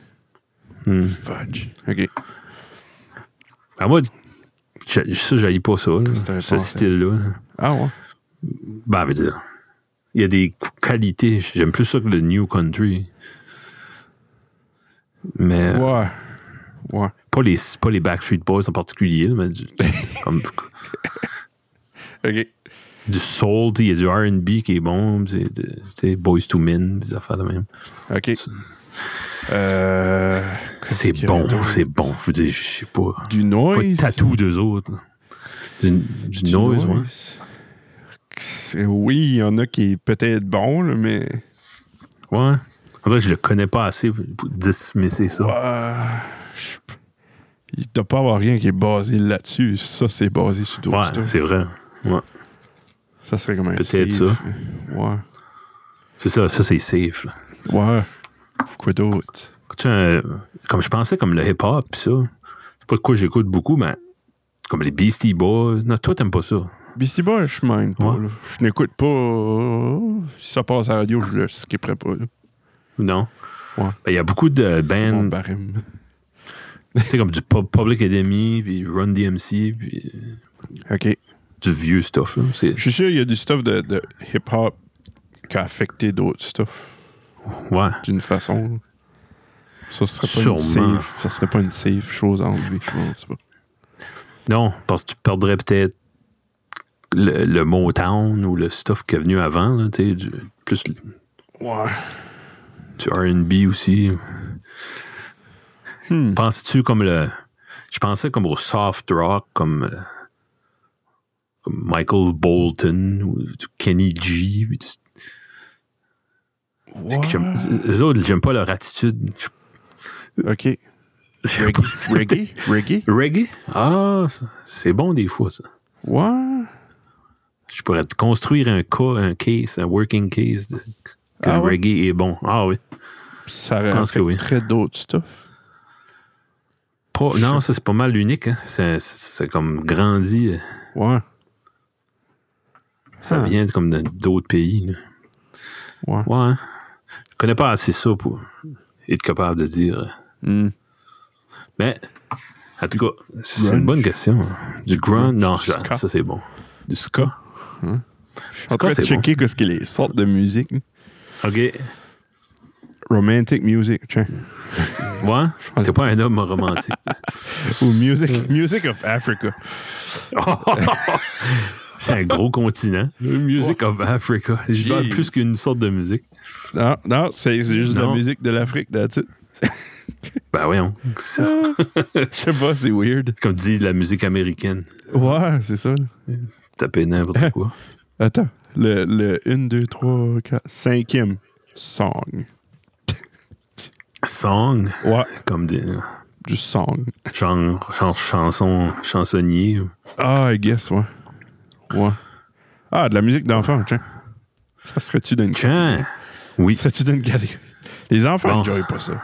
Speaker 2: Hum.
Speaker 1: Fudge. OK.
Speaker 2: Ah, moi, j'ai- ça, j'aille pas ça, là,
Speaker 1: t'avais
Speaker 2: ce
Speaker 1: pensé?
Speaker 2: style-là. là.
Speaker 1: Ah ouais?
Speaker 2: Ben, je veux dire, il y a des qualités. J'aime plus ça que le New Country. Mais.
Speaker 1: Ouais. Ouais.
Speaker 2: pas les, pas les Backstreet Boys en particulier, mais du, comme
Speaker 1: OK.
Speaker 2: du soul, tu sais, il y a du RB qui est bon, puis c'est de- tu sais, Boys to Men, des affaires de même.
Speaker 1: OK. Euh...
Speaker 2: C'est
Speaker 1: qu'il y
Speaker 2: bon,
Speaker 1: aurait d'autre?
Speaker 2: c'est bon. Je veux dire, je sais pas.
Speaker 1: Du
Speaker 2: Pas de
Speaker 1: noise?
Speaker 2: tatou d'eux autres. là. Du, du noise, ouais.
Speaker 1: C'est- Oui, il y en a qui est peut-être bon, là, mais.
Speaker 2: Ouais. En vrai, je le connais pas assez pour pour dismisser ça.
Speaker 1: Euh, je- il ne doit pas avoir rien qui est basé là-dessus. Ça, c'est basé sur d'autres
Speaker 2: Ouais,
Speaker 1: stuff.
Speaker 2: c'est vrai. Ouais.
Speaker 1: Ça serait comme un
Speaker 2: Peut-être
Speaker 1: safe. Ouais.
Speaker 2: C'est ça, ça c'est safe. là.
Speaker 1: Ouais. Quoi d'autre?
Speaker 2: Tu sais, euh, comme je pensais, comme le hip-hop, pis ça. C'est pas de quoi j'écoute beaucoup, mais comme les Beastie Boys. Non, toi, t'aimes pas ça.
Speaker 1: Beastie Boys, je m'aime pas.
Speaker 2: Ouais.
Speaker 1: là. Je n'écoute pas. Si ça passe à la radio, je le skipperai pas. là.
Speaker 2: Non.
Speaker 1: Ouais.
Speaker 2: Ben, Il y a beaucoup de
Speaker 1: Mon
Speaker 2: bands,
Speaker 1: barème.
Speaker 2: tu sais, comme du Pub- Public Enemy, puis Run DMC, puis euh,
Speaker 1: OK.
Speaker 2: du vieux stuff. Là. C'est-
Speaker 1: Je suis sûr qu'il y a du stuff de, de hip-hop qui a affecté d'autres stuff
Speaker 2: Ouais.
Speaker 1: d'une façon. Ça serait pas une
Speaker 2: Sûrement.
Speaker 1: safe. Ça serait pas une safe chose à enlever, je pense pas.
Speaker 2: Non, parce que tu perdrais peut-être le, le Motown ou le stuff qui est venu avant, là, tu sais, du- plus
Speaker 1: Ouais.
Speaker 2: du R&B aussi.
Speaker 1: Hmm.
Speaker 2: Penses-tu comme le... Je pensais comme au soft rock, comme, euh, comme Michael Bolton ou du Kenny G. puis du- c'est que j'aime- Eux autres, j'aime pas leur attitude.
Speaker 1: OK.
Speaker 2: Je-
Speaker 1: Reggae. Reggae. Reggae.
Speaker 2: Reggae? Ah, ça- c'est bon des fois, ça.
Speaker 1: Ouais.
Speaker 2: Je pourrais te construire un cas, un case, un working case de- que
Speaker 1: Ah
Speaker 2: le
Speaker 1: ouais?
Speaker 2: reggae est bon. Ah oui.
Speaker 1: Ça
Speaker 2: pense que oui.
Speaker 1: très d'autres stuff.
Speaker 2: Pas- non, ça, c'est pas mal unique. hein. C'est- C'est comme grandi. euh,
Speaker 1: Ouais.
Speaker 2: Ça
Speaker 1: Ah.
Speaker 2: vient comme de- d'autres pays. là.
Speaker 1: Ouais.
Speaker 2: Ouais. hein. Je connais pas assez ça pour être capable de dire. euh,
Speaker 1: Hmm.
Speaker 2: Mais, en tout cas, c'est c'est
Speaker 1: Grunge.
Speaker 2: une bonne question. Du grunge, non,
Speaker 1: Du ska.
Speaker 2: ça, ça, c'est bon. Du ska.
Speaker 1: Je suis en
Speaker 2: Ska,
Speaker 1: train de
Speaker 2: c'est
Speaker 1: checker qu'est-ce qu'il est. Sorte de musique.
Speaker 2: OK. Ouais.
Speaker 1: Romantic music. Tiens.
Speaker 2: T'es pas un homme romantique.
Speaker 1: Ou music.
Speaker 2: Mm.
Speaker 1: Music of Africa.
Speaker 2: c'est un gros continent. Le Music of Africa. Je parle
Speaker 1: Jeez.
Speaker 2: plus qu'une sorte de musique.
Speaker 1: Non, non, c'est c'est juste
Speaker 2: Non.
Speaker 1: la musique de l'Afrique, that's it.
Speaker 2: Ben voyons. C'est
Speaker 1: Je sais pas, c'est weird.
Speaker 2: comme dit de la musique américaine.
Speaker 1: Ouais, c'est ça. là.
Speaker 2: Taper n'importe quoi.
Speaker 1: Attends. Le, le 1, 2, 3, 4, 5e song.
Speaker 2: Song,
Speaker 1: Ouais,
Speaker 2: comme des euh,
Speaker 1: du song.
Speaker 2: genre, genre chanson, chansonnier.
Speaker 1: Ah, I guess, ouais. Ouais. Ah, de la musique d'enfant, tiens. Ça serait-tu d'une
Speaker 2: Tiens! Oui.
Speaker 1: Serais-tu d'une catégorie? Les enfants
Speaker 2: Bon.
Speaker 1: n'enjoyent pas ça.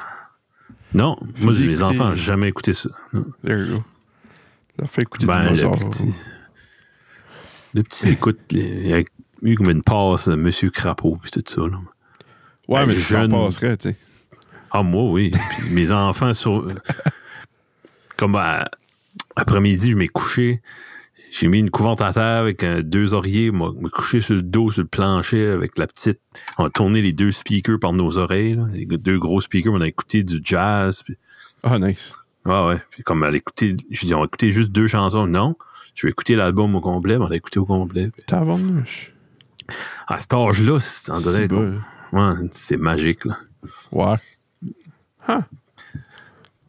Speaker 2: Non, moi,
Speaker 1: J'ai
Speaker 2: les
Speaker 1: écouté-
Speaker 2: enfants n'ont jamais écouté ça. Non.
Speaker 1: There you go. Leur fait écouter
Speaker 2: Ben,
Speaker 1: des
Speaker 2: le petit. Le petit écoute, il y a eu comme une passe, euh, Monsieur Crapaud, puis tout ça. là.
Speaker 1: Ouais,
Speaker 2: Ben,
Speaker 1: mais je
Speaker 2: jeune.
Speaker 1: passerais, tu sais.
Speaker 2: Ah, moi, oui. Puis mes enfants, sur. Comme à- après-midi, je m'ai couché. J'ai mis une couvente à terre avec euh, deux oreillers. Moi, me couché sur le dos, sur le plancher avec la petite. On a tourné les deux speakers par nos oreilles, là, les deux gros speakers. On a écouté du jazz. puis-
Speaker 1: Ah, nice.
Speaker 2: Ah ouais. Puis comme à l'écouter, je dis, on va écouter juste deux chansons. Non, je vais écouter l'album au complet, mais on l'a écouté au complet. Puis
Speaker 1: Tabarnouche.
Speaker 2: à cet âge-là, c'est- on dirait
Speaker 1: C'est
Speaker 2: qu'on-
Speaker 1: bon.
Speaker 2: ouais, c'est magique. là.
Speaker 1: Ouais.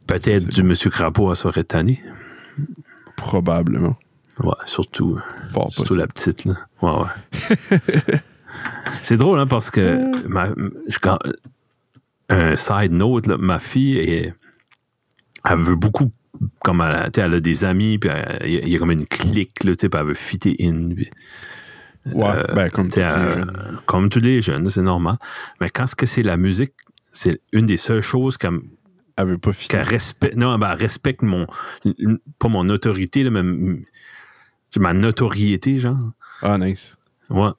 Speaker 2: Peut-être du Monsieur Crapaud à soirée tannée.
Speaker 1: Probablement.
Speaker 2: Ouais, surtout, euh,
Speaker 1: Fort
Speaker 2: surtout
Speaker 1: possible.
Speaker 2: la petite. Là. Ouais, ouais. c'est drôle, hein, parce
Speaker 1: Mm.
Speaker 2: que ma, je- quand- un side note, là, ma fille, est- elle veut beaucoup, comme elle, a- tu sais, elle a des amis, puis elle- il y a- il y, a comme une clique, là, tu sais, puis elle veut fitter in. puis-
Speaker 1: Ouais,
Speaker 2: euh,
Speaker 1: ben, comme tous
Speaker 2: T'sais,
Speaker 1: les
Speaker 2: euh,
Speaker 1: jeunes.
Speaker 2: Comme tous les jeunes, c'est normal. Mais quand ce que c'est la musique, c'est une des seules choses qu'elle
Speaker 1: Elle veut pas filer.
Speaker 2: respecte. Non, ben, elle respecte mon. Pas mon autorité, là, mais m- ma notoriété, genre.
Speaker 1: Ah, nice.
Speaker 2: Ouais.
Speaker 1: Ok.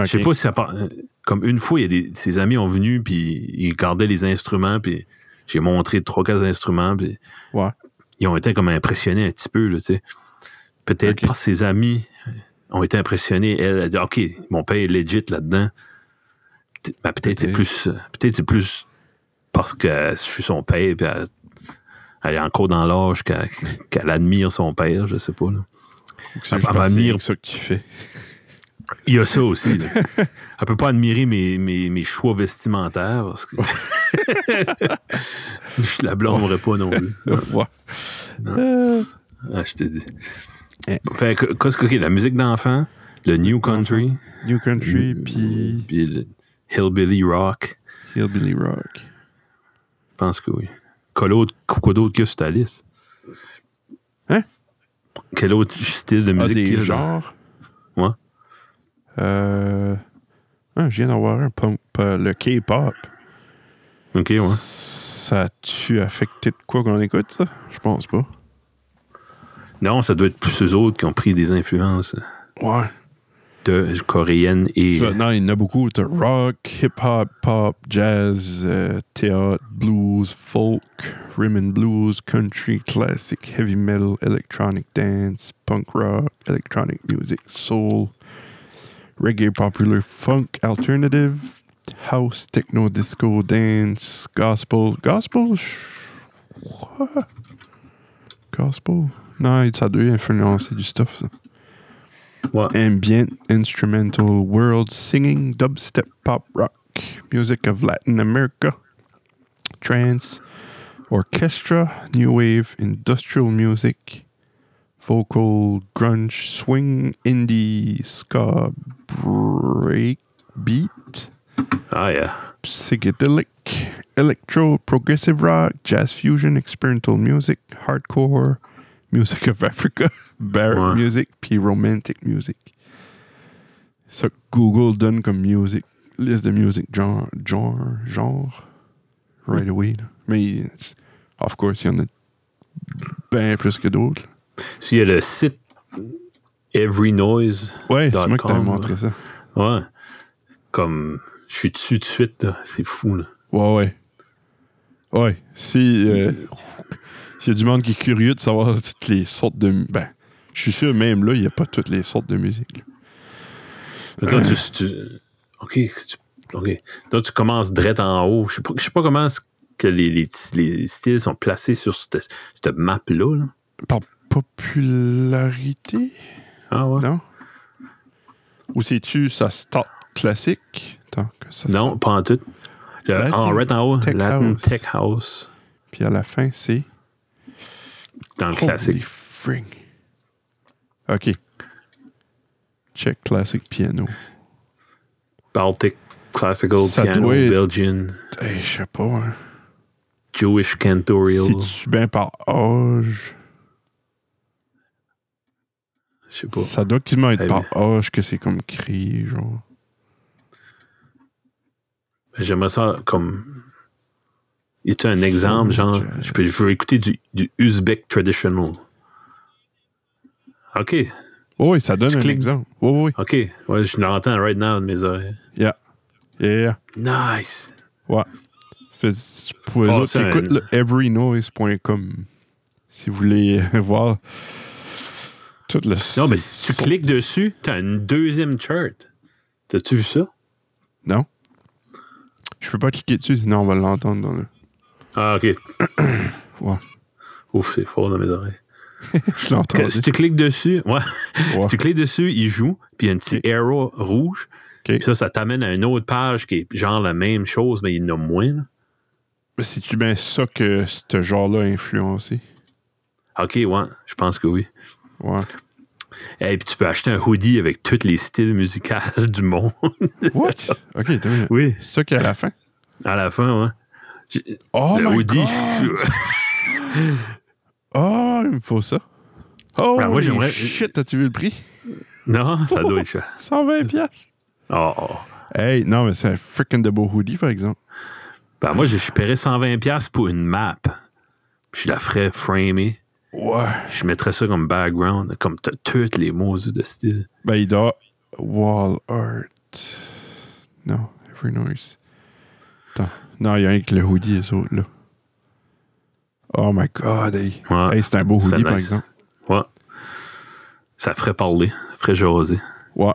Speaker 2: Je sais pas si ça par- euh, Comme une fois, il y a des, ses amis ont venu, puis ils gardaient les instruments, puis j'ai montré trois, quatre instruments, puis
Speaker 1: Ouais.
Speaker 2: ils ont été comme impressionnés un petit peu, là, tu sais. Peut-être
Speaker 1: Ok.
Speaker 2: parce que ses amis ont été impressionnés. Elle a dit, OK, mon père est legit là-dedans. Peut- ben, peut-être c'est
Speaker 1: Peut-être.
Speaker 2: plus... euh, Peut-être c'est plus parce que je suis son père, puis elle, elle est encore dans l'âge qu'elle qu'elle admire son père, je sais pas, là.
Speaker 1: Ou que c'est
Speaker 2: elle
Speaker 1: juste
Speaker 2: va
Speaker 1: parce que
Speaker 2: venir.
Speaker 1: c'est ça que tu fais.
Speaker 2: Il y a ça aussi. Là. Elle peut pas admirer mes, mes, mes choix vestimentaires parce que je la blâmerais pas non plus.
Speaker 1: Ouais.
Speaker 2: Ah, je te dis.
Speaker 1: Eh.
Speaker 2: Fait que, qu'est-ce que, ok, la musique d'enfant, le New Country,
Speaker 1: New Country,
Speaker 2: Euh,
Speaker 1: puis
Speaker 2: puis le Hillbilly Rock.
Speaker 1: Hillbilly Rock.
Speaker 2: Je pense que oui. Quoi d'autre quoi d'autre qu'il y a sur ta liste?
Speaker 1: Hein?
Speaker 2: Quel autre style de
Speaker 1: Ah,
Speaker 2: musique qu'il y
Speaker 1: des
Speaker 2: a, genre?
Speaker 1: genres.
Speaker 2: Ouais.
Speaker 1: Euh... ah, je viens d'avoir un pump. euh, le K-pop.
Speaker 2: Ok, ouais.
Speaker 1: Ça a-tu affecté de quoi qu'on écoute, ça? Je pense pas.
Speaker 2: Non, ça doit être plus eux autres qui ont pris des influences euh,
Speaker 1: Ouais.
Speaker 2: de coréennes et.
Speaker 1: Maintenant, il y en a beaucoup. T'as rock, hip-hop, pop, jazz, euh, théâtre, blues, folk, rhythm and blues, country, classic, heavy metal, electronic dance, punk rock, electronic music, soul, reggae, popular funk, alternative, house, techno, disco, dance, gospel. Gospel? je- Quoi? Gospel? Non, ça doit influencer du stuff, ça
Speaker 2: Ouais.
Speaker 1: ambient, instrumental, world singing, dubstep, pop rock, music of Latin America, trance, orchestra, new wave, industrial music, vocal, grunge, swing, indie, ska, break, beat,
Speaker 2: Ah, yeah.
Speaker 1: psychedelic, electro, progressive rock, jazz fusion, experimental music, hardcore, music of Africa, barrack
Speaker 2: Ouais.
Speaker 1: music, puis romantic music. Ça, que Google donne comme music, liste de music genre, genre, genre, right away. là. Mais, it's- of course, il y en a bien plus que d'autres. là.
Speaker 2: S'il y a le site Every Noise.
Speaker 1: Ouais, c'est moi qui t'avais
Speaker 2: .com,
Speaker 1: montré ça.
Speaker 2: Ouais. Comme. Je suis dessus de suite, là. C'est fou, là.
Speaker 1: Ouais, ouais. Ouais. Si. euh, S'il y a du monde qui est curieux de savoir toutes les sortes de. mu- Ben, je suis sûr, même là, il n'y a pas toutes les sortes de musique. là.
Speaker 2: Mais Toi, tu, tu- OK. tu- OK. Toi, tu commences direct en haut. Je sais pas, je sais pas comment est-ce que les, les, petits- les styles sont placés sur cette, cette map-là. là.
Speaker 1: Par popularité
Speaker 2: Ah ouais?
Speaker 1: Non Ou sais-tu, ça start classique Tant que ça
Speaker 2: Non, pas en tout. Le-
Speaker 1: Latin
Speaker 2: en right en haut,
Speaker 1: Tech
Speaker 2: Latin
Speaker 1: House.
Speaker 2: Tech House,
Speaker 1: Puis à la fin, c'est.
Speaker 2: dans le
Speaker 1: Holy
Speaker 2: classique.
Speaker 1: fring. Ok. Check classic piano.
Speaker 2: Baltic, Classical,
Speaker 1: Ça
Speaker 2: Piano,
Speaker 1: doit être-
Speaker 2: Belgian,
Speaker 1: Hey, je sais pas. Hein.
Speaker 2: Jewish Cantorial.
Speaker 1: Si bien par âge.
Speaker 2: Je sais pas.
Speaker 1: Ça doit quasiment être
Speaker 2: Eh
Speaker 1: par âge que c'est comme cri, genre.
Speaker 2: Ben, J'aimerais ça comme. Y a un
Speaker 1: Mmh,
Speaker 2: exemple, genre, je, peux, je veux écouter du, du Uzbek Traditional. OK,
Speaker 1: Oh, oui, ça donne
Speaker 2: Tu
Speaker 1: un
Speaker 2: cliques.
Speaker 1: exemple. Oui, oui,
Speaker 2: OK. Ouais, je l'entends right now de mes oreilles.
Speaker 1: oui. Yeah.
Speaker 2: Nice.
Speaker 1: Ouais. Fait, c'est pour eux
Speaker 2: Oh,
Speaker 1: autres,
Speaker 2: c'est un-
Speaker 1: écoute le everynoise.com si vous voulez voir tout le.
Speaker 2: Non, mais si tu cliques dessus, t'as une deuxième chart. T'as-tu vu ça?
Speaker 1: Non. Je peux pas cliquer dessus, sinon on va l'entendre dans le.
Speaker 2: Ah, OK.
Speaker 1: Ouais.
Speaker 2: Ouf, c'est fort dans mes oreilles.
Speaker 1: Je l'entends.
Speaker 2: Que- si tu cliques dessus, ouais.
Speaker 1: Ouais.
Speaker 2: si tu cliques dessus, il joue, puis il y a un petit
Speaker 1: Ok.
Speaker 2: arrow rouge. Puis ça, ça t'amène à une autre page qui est genre la même chose, mais il y en a moins. là.
Speaker 1: Mais C'est-tu bien ça que ce genre-là a influencé?
Speaker 2: OK, ouais, je pense que oui.
Speaker 1: Ouais.
Speaker 2: Et puis tu peux acheter un hoodie avec tous les styles musicaux du monde.
Speaker 1: What? ok, attends une minute.
Speaker 2: Oui.
Speaker 1: C'est ça qui est à la fin?
Speaker 2: À la fin, ouais. J-
Speaker 1: Oh,
Speaker 2: le
Speaker 1: my
Speaker 2: hoodie.
Speaker 1: God! Oh, il me faut ça. Oh,
Speaker 2: Ben, moi, j'aimerais-
Speaker 1: shit, as-tu vu le prix?
Speaker 2: non, ça doit être cher.
Speaker 1: 120 piastres.
Speaker 2: Oh, oh.
Speaker 1: Hey, non, mais c'est un freaking de beau hoodie, par exemple.
Speaker 2: Ben, moi, je je paierais 120$ pour une map. Puis je la ferais framer.
Speaker 1: Ouais.
Speaker 2: Je mettrais ça comme background, comme t- toutes les mots de style.
Speaker 1: Ben, il doit... Wall art. Non, every noise. Attends. Non, il y a un que le hoodie et ça, là. Oh my god, hey.
Speaker 2: Ouais.
Speaker 1: Hey, c'est un beau
Speaker 2: Ce serait
Speaker 1: hoodie, par
Speaker 2: nice.
Speaker 1: exemple.
Speaker 2: Ouais. Ça ferait parler, ça ferait jaser.
Speaker 1: Ouais.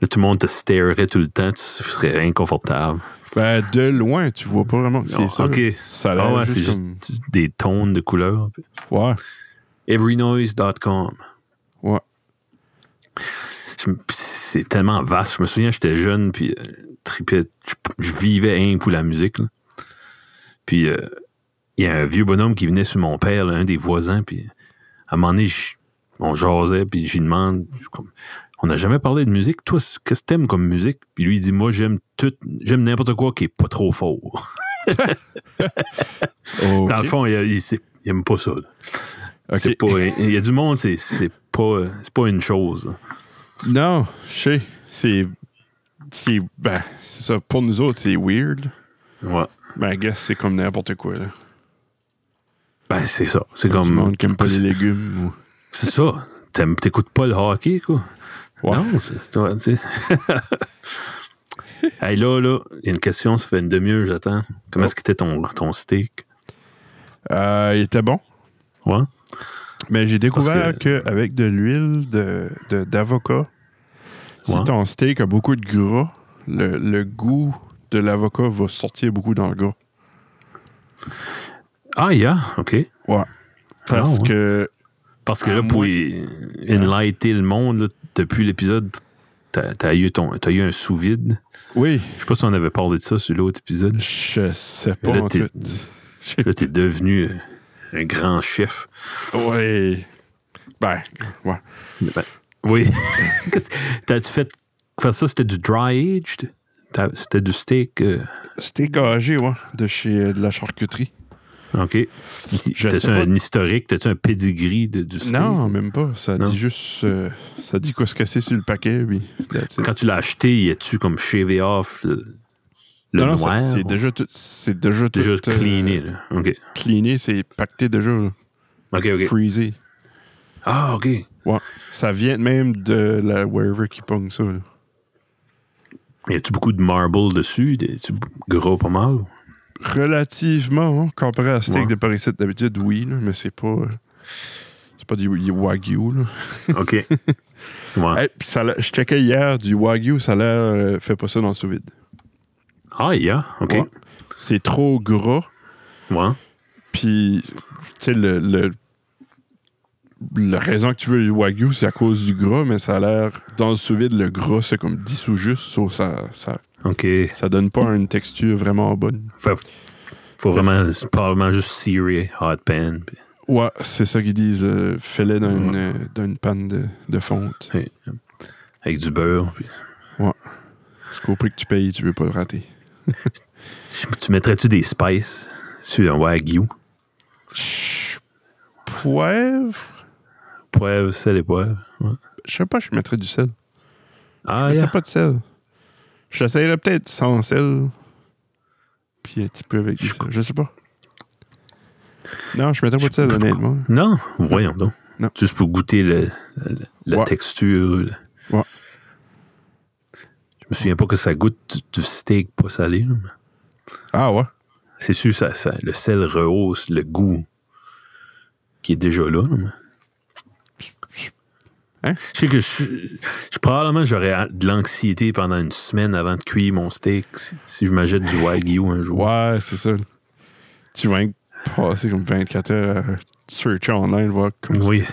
Speaker 2: Là, tout le monde te starerait tout le temps, tu serais inconfortable.
Speaker 1: Ben, de loin, tu vois pas vraiment que c'est
Speaker 2: Non,
Speaker 1: ça.
Speaker 2: ok.
Speaker 1: Ça a l'air
Speaker 2: Ah ouais, c'est
Speaker 1: juste
Speaker 2: juste
Speaker 1: comme...
Speaker 2: des tonnes de couleurs.
Speaker 1: Ouais,
Speaker 2: Everynoise.com.
Speaker 1: ouais.
Speaker 2: Je me- C'est tellement vaste. Je me souviens, j'étais jeune, puis euh, tripais- je, je vivais un pour la musique. là. Puis euh, il y a un vieux bonhomme qui venait sur mon père, là, un des voisins, puis à un moment donné, je- on jasait, puis j'y demande, comme, on n'a jamais parlé de musique. Toi, c- qu'est-ce que t'aimes comme musique? Puis lui, il dit, moi, j'aime tout, j'aime n'importe quoi qui est pas trop fort.
Speaker 1: OK.
Speaker 2: Dans le fond, il, il- c'est- il aime pas ça. là.
Speaker 1: OK.
Speaker 2: C'est pas, il y a du monde, c'est, c'est pas, euh, c'est pas une chose. là.
Speaker 1: Non, je sais. C'est. C'est. Ben, c'est ça. Pour nous autres, c'est weird.
Speaker 2: Ouais.
Speaker 1: Ben, I guess, c'est comme n'importe quoi, là.
Speaker 2: Ben, c'est ça. C'est
Speaker 1: Du
Speaker 2: comme,
Speaker 1: monde qui aime pas les légumes. ou-
Speaker 2: c'est ça. T'aimes- T'écoutes pas le hockey, quoi.
Speaker 1: Ouais.
Speaker 2: Non, c'est- ouais, tu sais. hey, là, là, il y a une question, ça fait une demi-heure, j'attends. Comment est-ce qu'était ton, ton steak?
Speaker 1: Euh, il était bon.
Speaker 2: Ouais.
Speaker 1: Mais j'ai découvert
Speaker 2: Parce
Speaker 1: qu'avec de l'huile de- de- d'avocat, si
Speaker 2: Ouais.
Speaker 1: ton steak a beaucoup de gras, le, le goût de l'avocat va sortir beaucoup dans le gras.
Speaker 2: Ah, yeah, OK.
Speaker 1: Ouais. Parce
Speaker 2: Ah, ouais.
Speaker 1: que.
Speaker 2: Parce que
Speaker 1: Ah,
Speaker 2: là, pour
Speaker 1: moi-
Speaker 2: y- enlighter le monde, là, depuis l'épisode, t'as t'as eu, ton- t'as eu un sous-vide.
Speaker 1: Oui,
Speaker 2: Je sais pas si on avait parlé de ça sur l'autre épisode.
Speaker 1: je sais pas.
Speaker 2: Là,
Speaker 1: en
Speaker 2: t'es-
Speaker 1: fait. Je-
Speaker 2: Là, t'es devenu euh, un grand chef.
Speaker 1: Oui. Ben, ouais.
Speaker 2: Ben, oui. Qu'est-ce- T'as-tu fait... Parce que ça, c'était du dry aged? T'as- C'était du steak... euh,
Speaker 1: C'était gagé, ouais, de chez euh, de la charcuterie.
Speaker 2: OK.
Speaker 1: Je
Speaker 2: T'as-tu
Speaker 1: sais pas.
Speaker 2: un historique? T'as-tu un pedigree de, du steak?
Speaker 1: Non, même pas. Ça
Speaker 2: Non.
Speaker 1: dit juste. euh, ça dit quoi ce que c'est sur le paquet, puis that's it.
Speaker 2: Quand tu l'as acheté, y a-tu comme shavé off le, le
Speaker 1: non, non,
Speaker 2: noir?
Speaker 1: ça- c'est
Speaker 2: ou-
Speaker 1: déjà tout. C'est déjà tout.
Speaker 2: Déjà
Speaker 1: euh,
Speaker 2: cleané, là. OK.
Speaker 1: cleané, c'est pacté déjà, là,
Speaker 2: OK, OK.
Speaker 1: freezé.
Speaker 2: Ah, OK.
Speaker 1: Ouais. Ça vient même de la wherever qui pogne ça. là.
Speaker 2: Y a-tu beaucoup de marble dessus? Y a-tu gros pas mal? ou?
Speaker 1: Relativement, hein, comparé à steak
Speaker 2: Ouais.
Speaker 1: de Paris 7 d'habitude, oui, là, mais c'est pas. euh, c'est pas du, du wagyu, là.
Speaker 2: OK. ouais.
Speaker 1: Hey, puis ça l'a- je checkais hier du wagyu, ça a l'air. euh, fait pas ça dans le sous-vide.
Speaker 2: Ah, yeah. OK.
Speaker 1: Ouais. C'est trop gras.
Speaker 2: Ouais.
Speaker 1: Puis, tu sais, le, le, la raison que tu veux du wagyu, c'est à cause du gras, mais ça a l'air, dans le sous-vide, le gras, c'est comme dissous juste, so ça, ça,
Speaker 2: OK.
Speaker 1: ça donne pas une texture vraiment bonne.
Speaker 2: Fait- faut vraiment, c'est probablement juste searer, hot pan. puis-
Speaker 1: Ouais, c'est ça qu'ils disent, euh, fais-le dans, une,
Speaker 2: Ouais.
Speaker 1: euh, dans une panne de, de fonte.
Speaker 2: avec du beurre. puis-
Speaker 1: Parce qu'au prix que tu payes, tu veux pas le rater.
Speaker 2: Je sais pas, Tu mettrais-tu des spices sur un wagyu?
Speaker 1: Ch- Poivre?
Speaker 2: Poivre, sel et poivre. Ouais.
Speaker 1: Je sais pas, je mettrais du sel. Je
Speaker 2: Ah,
Speaker 1: mettrais
Speaker 2: yeah.
Speaker 1: pas de sel. J'essayerais peut-être sans sel. Puis un petit peu avec du
Speaker 2: Je-
Speaker 1: sel. Je sais pas. Non, je mettrais pas de sel, honnêtement.
Speaker 2: Non, voyons donc.
Speaker 1: Non.
Speaker 2: Juste pour goûter le, le- la
Speaker 1: Ouais.
Speaker 2: texture. le-
Speaker 1: Ouais.
Speaker 2: Je me souviens pas que ça goûte du, du steak pas salé. là, mais
Speaker 1: Ah ouais?
Speaker 2: C'est sûr, ça, ça- le sel rehausse le goût qui est déjà là. là, mais-
Speaker 1: Hein?
Speaker 2: Je sais que je, je- probablement j'aurais de l'anxiété pendant une semaine avant de cuire mon steak si, si je m'achète du wagyu un jour.
Speaker 1: Ouais, c'est ça. Tu vas passer comme 24 heures à searcher online, voir comme
Speaker 2: Oui.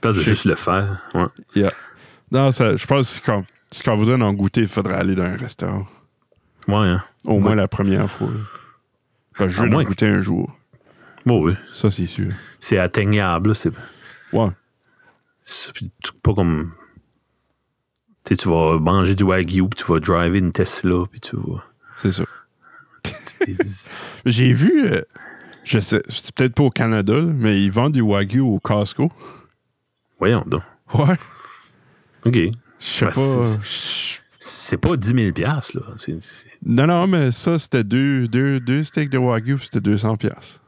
Speaker 2: Parce de juste le faire. Ouais.
Speaker 1: Yeah. Non, ça, je pense que quand, si quand vous donne en goûter, il faudrait aller dans un restaurant.
Speaker 2: Ouais, Ah, hein.
Speaker 1: Au moins la première fois. là. Parce que je
Speaker 2: À
Speaker 1: vais en
Speaker 2: moins que-
Speaker 1: goûter un jour.
Speaker 2: Bon, oui.
Speaker 1: Ça, c'est sûr.
Speaker 2: C'est atteignable. là, C'est
Speaker 1: Ouais.
Speaker 2: c'est pas comme. Tu sais, tu vas manger du wagyu, puis tu vas driver une Tesla, puis tu vas.
Speaker 1: C'est ça. J'ai vu, euh, je sais, c'est peut-être pas au Canada, là, mais ils vendent du Wagyu au Costco.
Speaker 2: Voyons donc.
Speaker 1: Ouais.
Speaker 2: OK.
Speaker 1: Je sais
Speaker 2: Ouais,
Speaker 1: pas. euh,
Speaker 2: c'est- C'est pas 10 000 piastres, là. C'est- c'est-
Speaker 1: Non, non, mais ça, c'était deux, deux, deux steaks de Wagyu, puis c'était 200 pièces.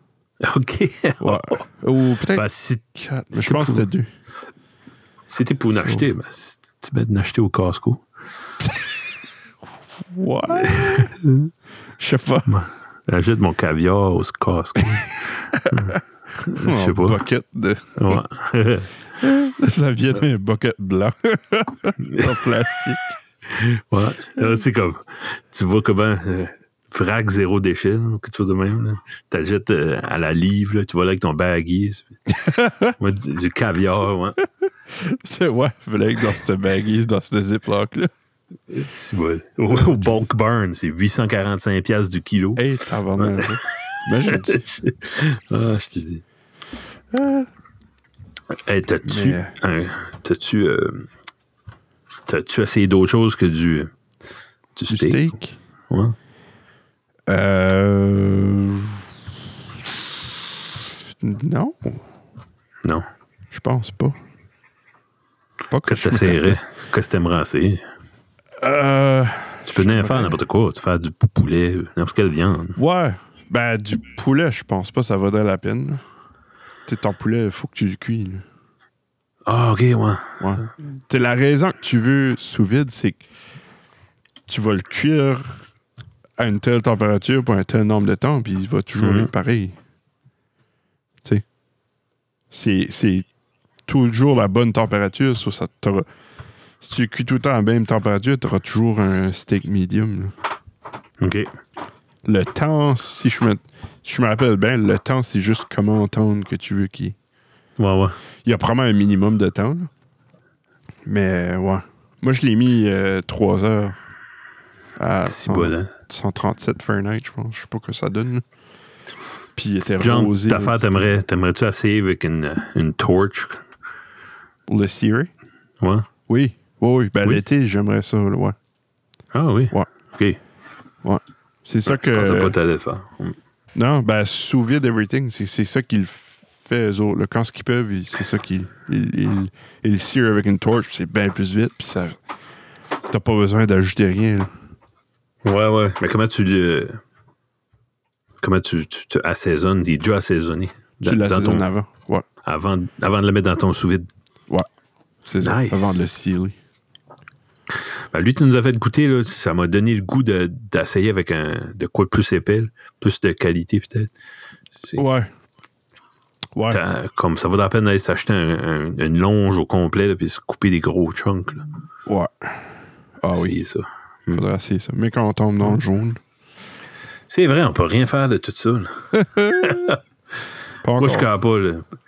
Speaker 2: OK.
Speaker 1: Ouais. Ou peut-être
Speaker 2: Ben, si
Speaker 1: quatre, mais je pense que
Speaker 2: Oh, c'était
Speaker 1: c'était deux.
Speaker 2: c'était pour en
Speaker 1: Ça-
Speaker 2: acheter, ben, si tu mets en acheter au Costco.
Speaker 1: Ouais. Je sais pas.
Speaker 2: Achète mon caviar au Costco. Je sais
Speaker 1: Un
Speaker 2: pas.
Speaker 1: bucket de...
Speaker 2: Ouais.
Speaker 1: Ça vient d'un bucket blanc en plastique.
Speaker 2: Ouais. Là, c'est comme, tu vois comment euh, frac zéro déchet, là, quelque chose de même. là. T'achètes euh, à la livre, là, tu vas là avec ton baggy. Ouais, du, du caviar, ouais.
Speaker 1: C'est ouais, je voulais que dans cette baggie, dans ce ziploc-là.
Speaker 2: C'est bon. Au, au bulk burn, c'est 845 pièces du kilo.
Speaker 1: Hey, t'as vendu Imagine.
Speaker 2: ah, je te dis.
Speaker 1: Ah.
Speaker 2: Hey, t'as-tu.
Speaker 1: Mais-
Speaker 2: un- t'as-tu. euh, t'as-tu essayé d'autres choses que du. Du,
Speaker 1: Du
Speaker 2: steak?
Speaker 1: steak.
Speaker 2: Ouais.
Speaker 1: Euh... Non,
Speaker 2: Non.
Speaker 1: je pense pas. Pas que
Speaker 2: Que
Speaker 1: je me-
Speaker 2: t'essayerais. Que t'aimerais essayer.
Speaker 1: Euh,
Speaker 2: Tu peux n'importe faire n'importe quoi. Tu fais du poulet, n'importe quelle viande.
Speaker 1: ouais, ben du poulet, je pense pas ça vaudrait la peine. Tu sais, ton poulet, faut que tu le cuis. là.
Speaker 2: Ah, ok, ouais.
Speaker 1: Ouais. T'sais, la raison que tu veux sous vide, c'est que tu vas le cuire à une telle température pour un tel nombre de temps, puis il va toujours
Speaker 2: Mhm.
Speaker 1: être pareil. Tu sais. C'est, c'est toujours la bonne température. so ça t'aura- si tu le cuis tout le temps à la même température, tu auras toujours un steak medium. là.
Speaker 2: Ok.
Speaker 1: Le temps, si je me, si je me rappelle bien, le temps, c'est juste comment entendre que tu veux qu'il.
Speaker 2: Ouais, ouais.
Speaker 1: Il y a probablement un minimum de temps. là. Mais ouais. Moi, je l'ai mis 3 heures à
Speaker 2: Si
Speaker 1: cent-
Speaker 2: bon, hein.
Speaker 1: 137 Fahrenheit, je pense. Je sais pas que ça donne. là. Puis il était
Speaker 2: Genre,
Speaker 1: rosé
Speaker 2: d'affaires, t'aimerais, t'aimerais-tu essayer avec une, une torch?
Speaker 1: pour le cirer.
Speaker 2: Ouais.
Speaker 1: Oui. Oui, oui. Ben,
Speaker 2: Oui.
Speaker 1: l'été, j'aimerais ça. là, ouais.
Speaker 2: Ah oui.
Speaker 1: Ouais.
Speaker 2: Ok.
Speaker 1: C'est ça que.
Speaker 2: Je pensais pas que t'allais le faire.
Speaker 1: non, ben, sous vide everything, c'est, c'est ça qu'ils font, eux autres. là. Quand ce qu'ils peuvent, ils- c'est ça qu'ils. Ils, ils, ils cirent avec une torche, puis c'est bien plus vite, puis ça. T'as pas besoin d'ajouter rien. là.
Speaker 2: Ouais, ouais. Mais comment tu le. Comment tu, tu, tu assaisonnes? Il est déjà assaisonné.
Speaker 1: Tu
Speaker 2: Dans- dans
Speaker 1: l'assaisonnes
Speaker 2: ton-
Speaker 1: avant. Ouais.
Speaker 2: avant, avant de le mettre dans ton sous-vide.
Speaker 1: C'est ça,
Speaker 2: Nice.
Speaker 1: avant de le sealer.
Speaker 2: Ben, lui, tu nous as fait goûter, là, ça m'a donné le goût de- d'essayer avec un de quoi plus épais, là, plus de qualité peut-être. C'est-
Speaker 1: Ouais. Ouais.
Speaker 2: t'as- Comme ça vaut la peine d'aller s'acheter un- un- une longe au complet là, puis se couper des gros chunks. Là.
Speaker 1: Ouais. Ah oui,
Speaker 2: Essayer ça.
Speaker 1: faudrait essayer ça. Mais quand on tombe dans le jaune,
Speaker 2: C'est vrai, on peut rien faire de tout ça. là.
Speaker 1: pas
Speaker 2: Moi,
Speaker 1: encore.
Speaker 2: je ne pas. là.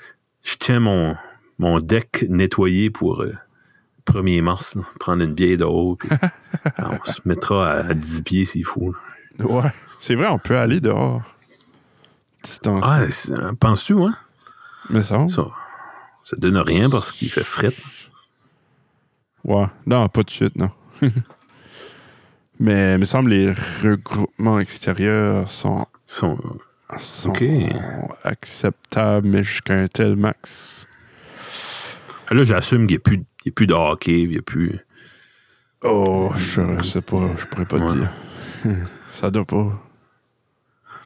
Speaker 2: Je tiens mon, mon deck nettoyé pour euh, 1er mars. là. Prendre une bière dehors. puis on se mettra à, à 10 pieds s'il faut. là.
Speaker 1: Ouais. C'est vrai, on peut aller dehors. Distance.
Speaker 2: Ah, c'est- penses-tu, hein?
Speaker 1: Mais ça.
Speaker 2: Ça, ça donne rien parce qu'il fait fret.
Speaker 1: Ouais. Non, pas de suite, non. Mais il me semble les regroupements extérieurs sont,
Speaker 2: Son-
Speaker 1: sont
Speaker 2: Ok.
Speaker 1: acceptables, mais jusqu'à un tel max.
Speaker 2: Là, j'assume qu'il n'y a, plus- il y a plus de hockey, il n'y a plus.
Speaker 1: Oh, je sais pas, je pourrais pas te
Speaker 2: Hmm. Ouais.
Speaker 1: dire. Ça doit pas.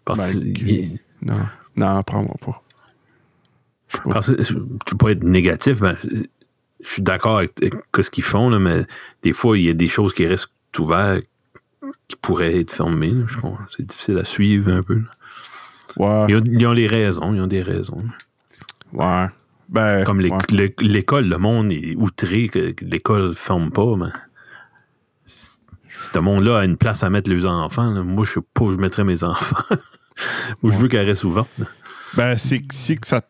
Speaker 2: Parce,
Speaker 1: Ben,
Speaker 2: il-
Speaker 1: Non, non, prends-moi pas. Je sais pas.
Speaker 2: parce que je- tu peux être négatif, mais je suis d'accord avec, avec ce qu'ils font, là, mais des fois, il y a des choses qui restent ouvertes qui pourraient être fermées. là. Je comprends. C'est difficile à suivre un peu. là.
Speaker 1: Ouais.
Speaker 2: Ils ont, ils ont les raisons, ils ont des raisons.
Speaker 1: Ouais. Ben,
Speaker 2: Comme les-
Speaker 1: ouais.
Speaker 2: le- l'école, le monde est outré que que l'école ne ferme pas, mais c- ce monde-là a une place à mettre les enfants. là. Moi, je sais pas où je mettrais mes enfants. Moi, je veux qu'elle reste ouverte. là.
Speaker 1: Ben, c'est que- si que ça.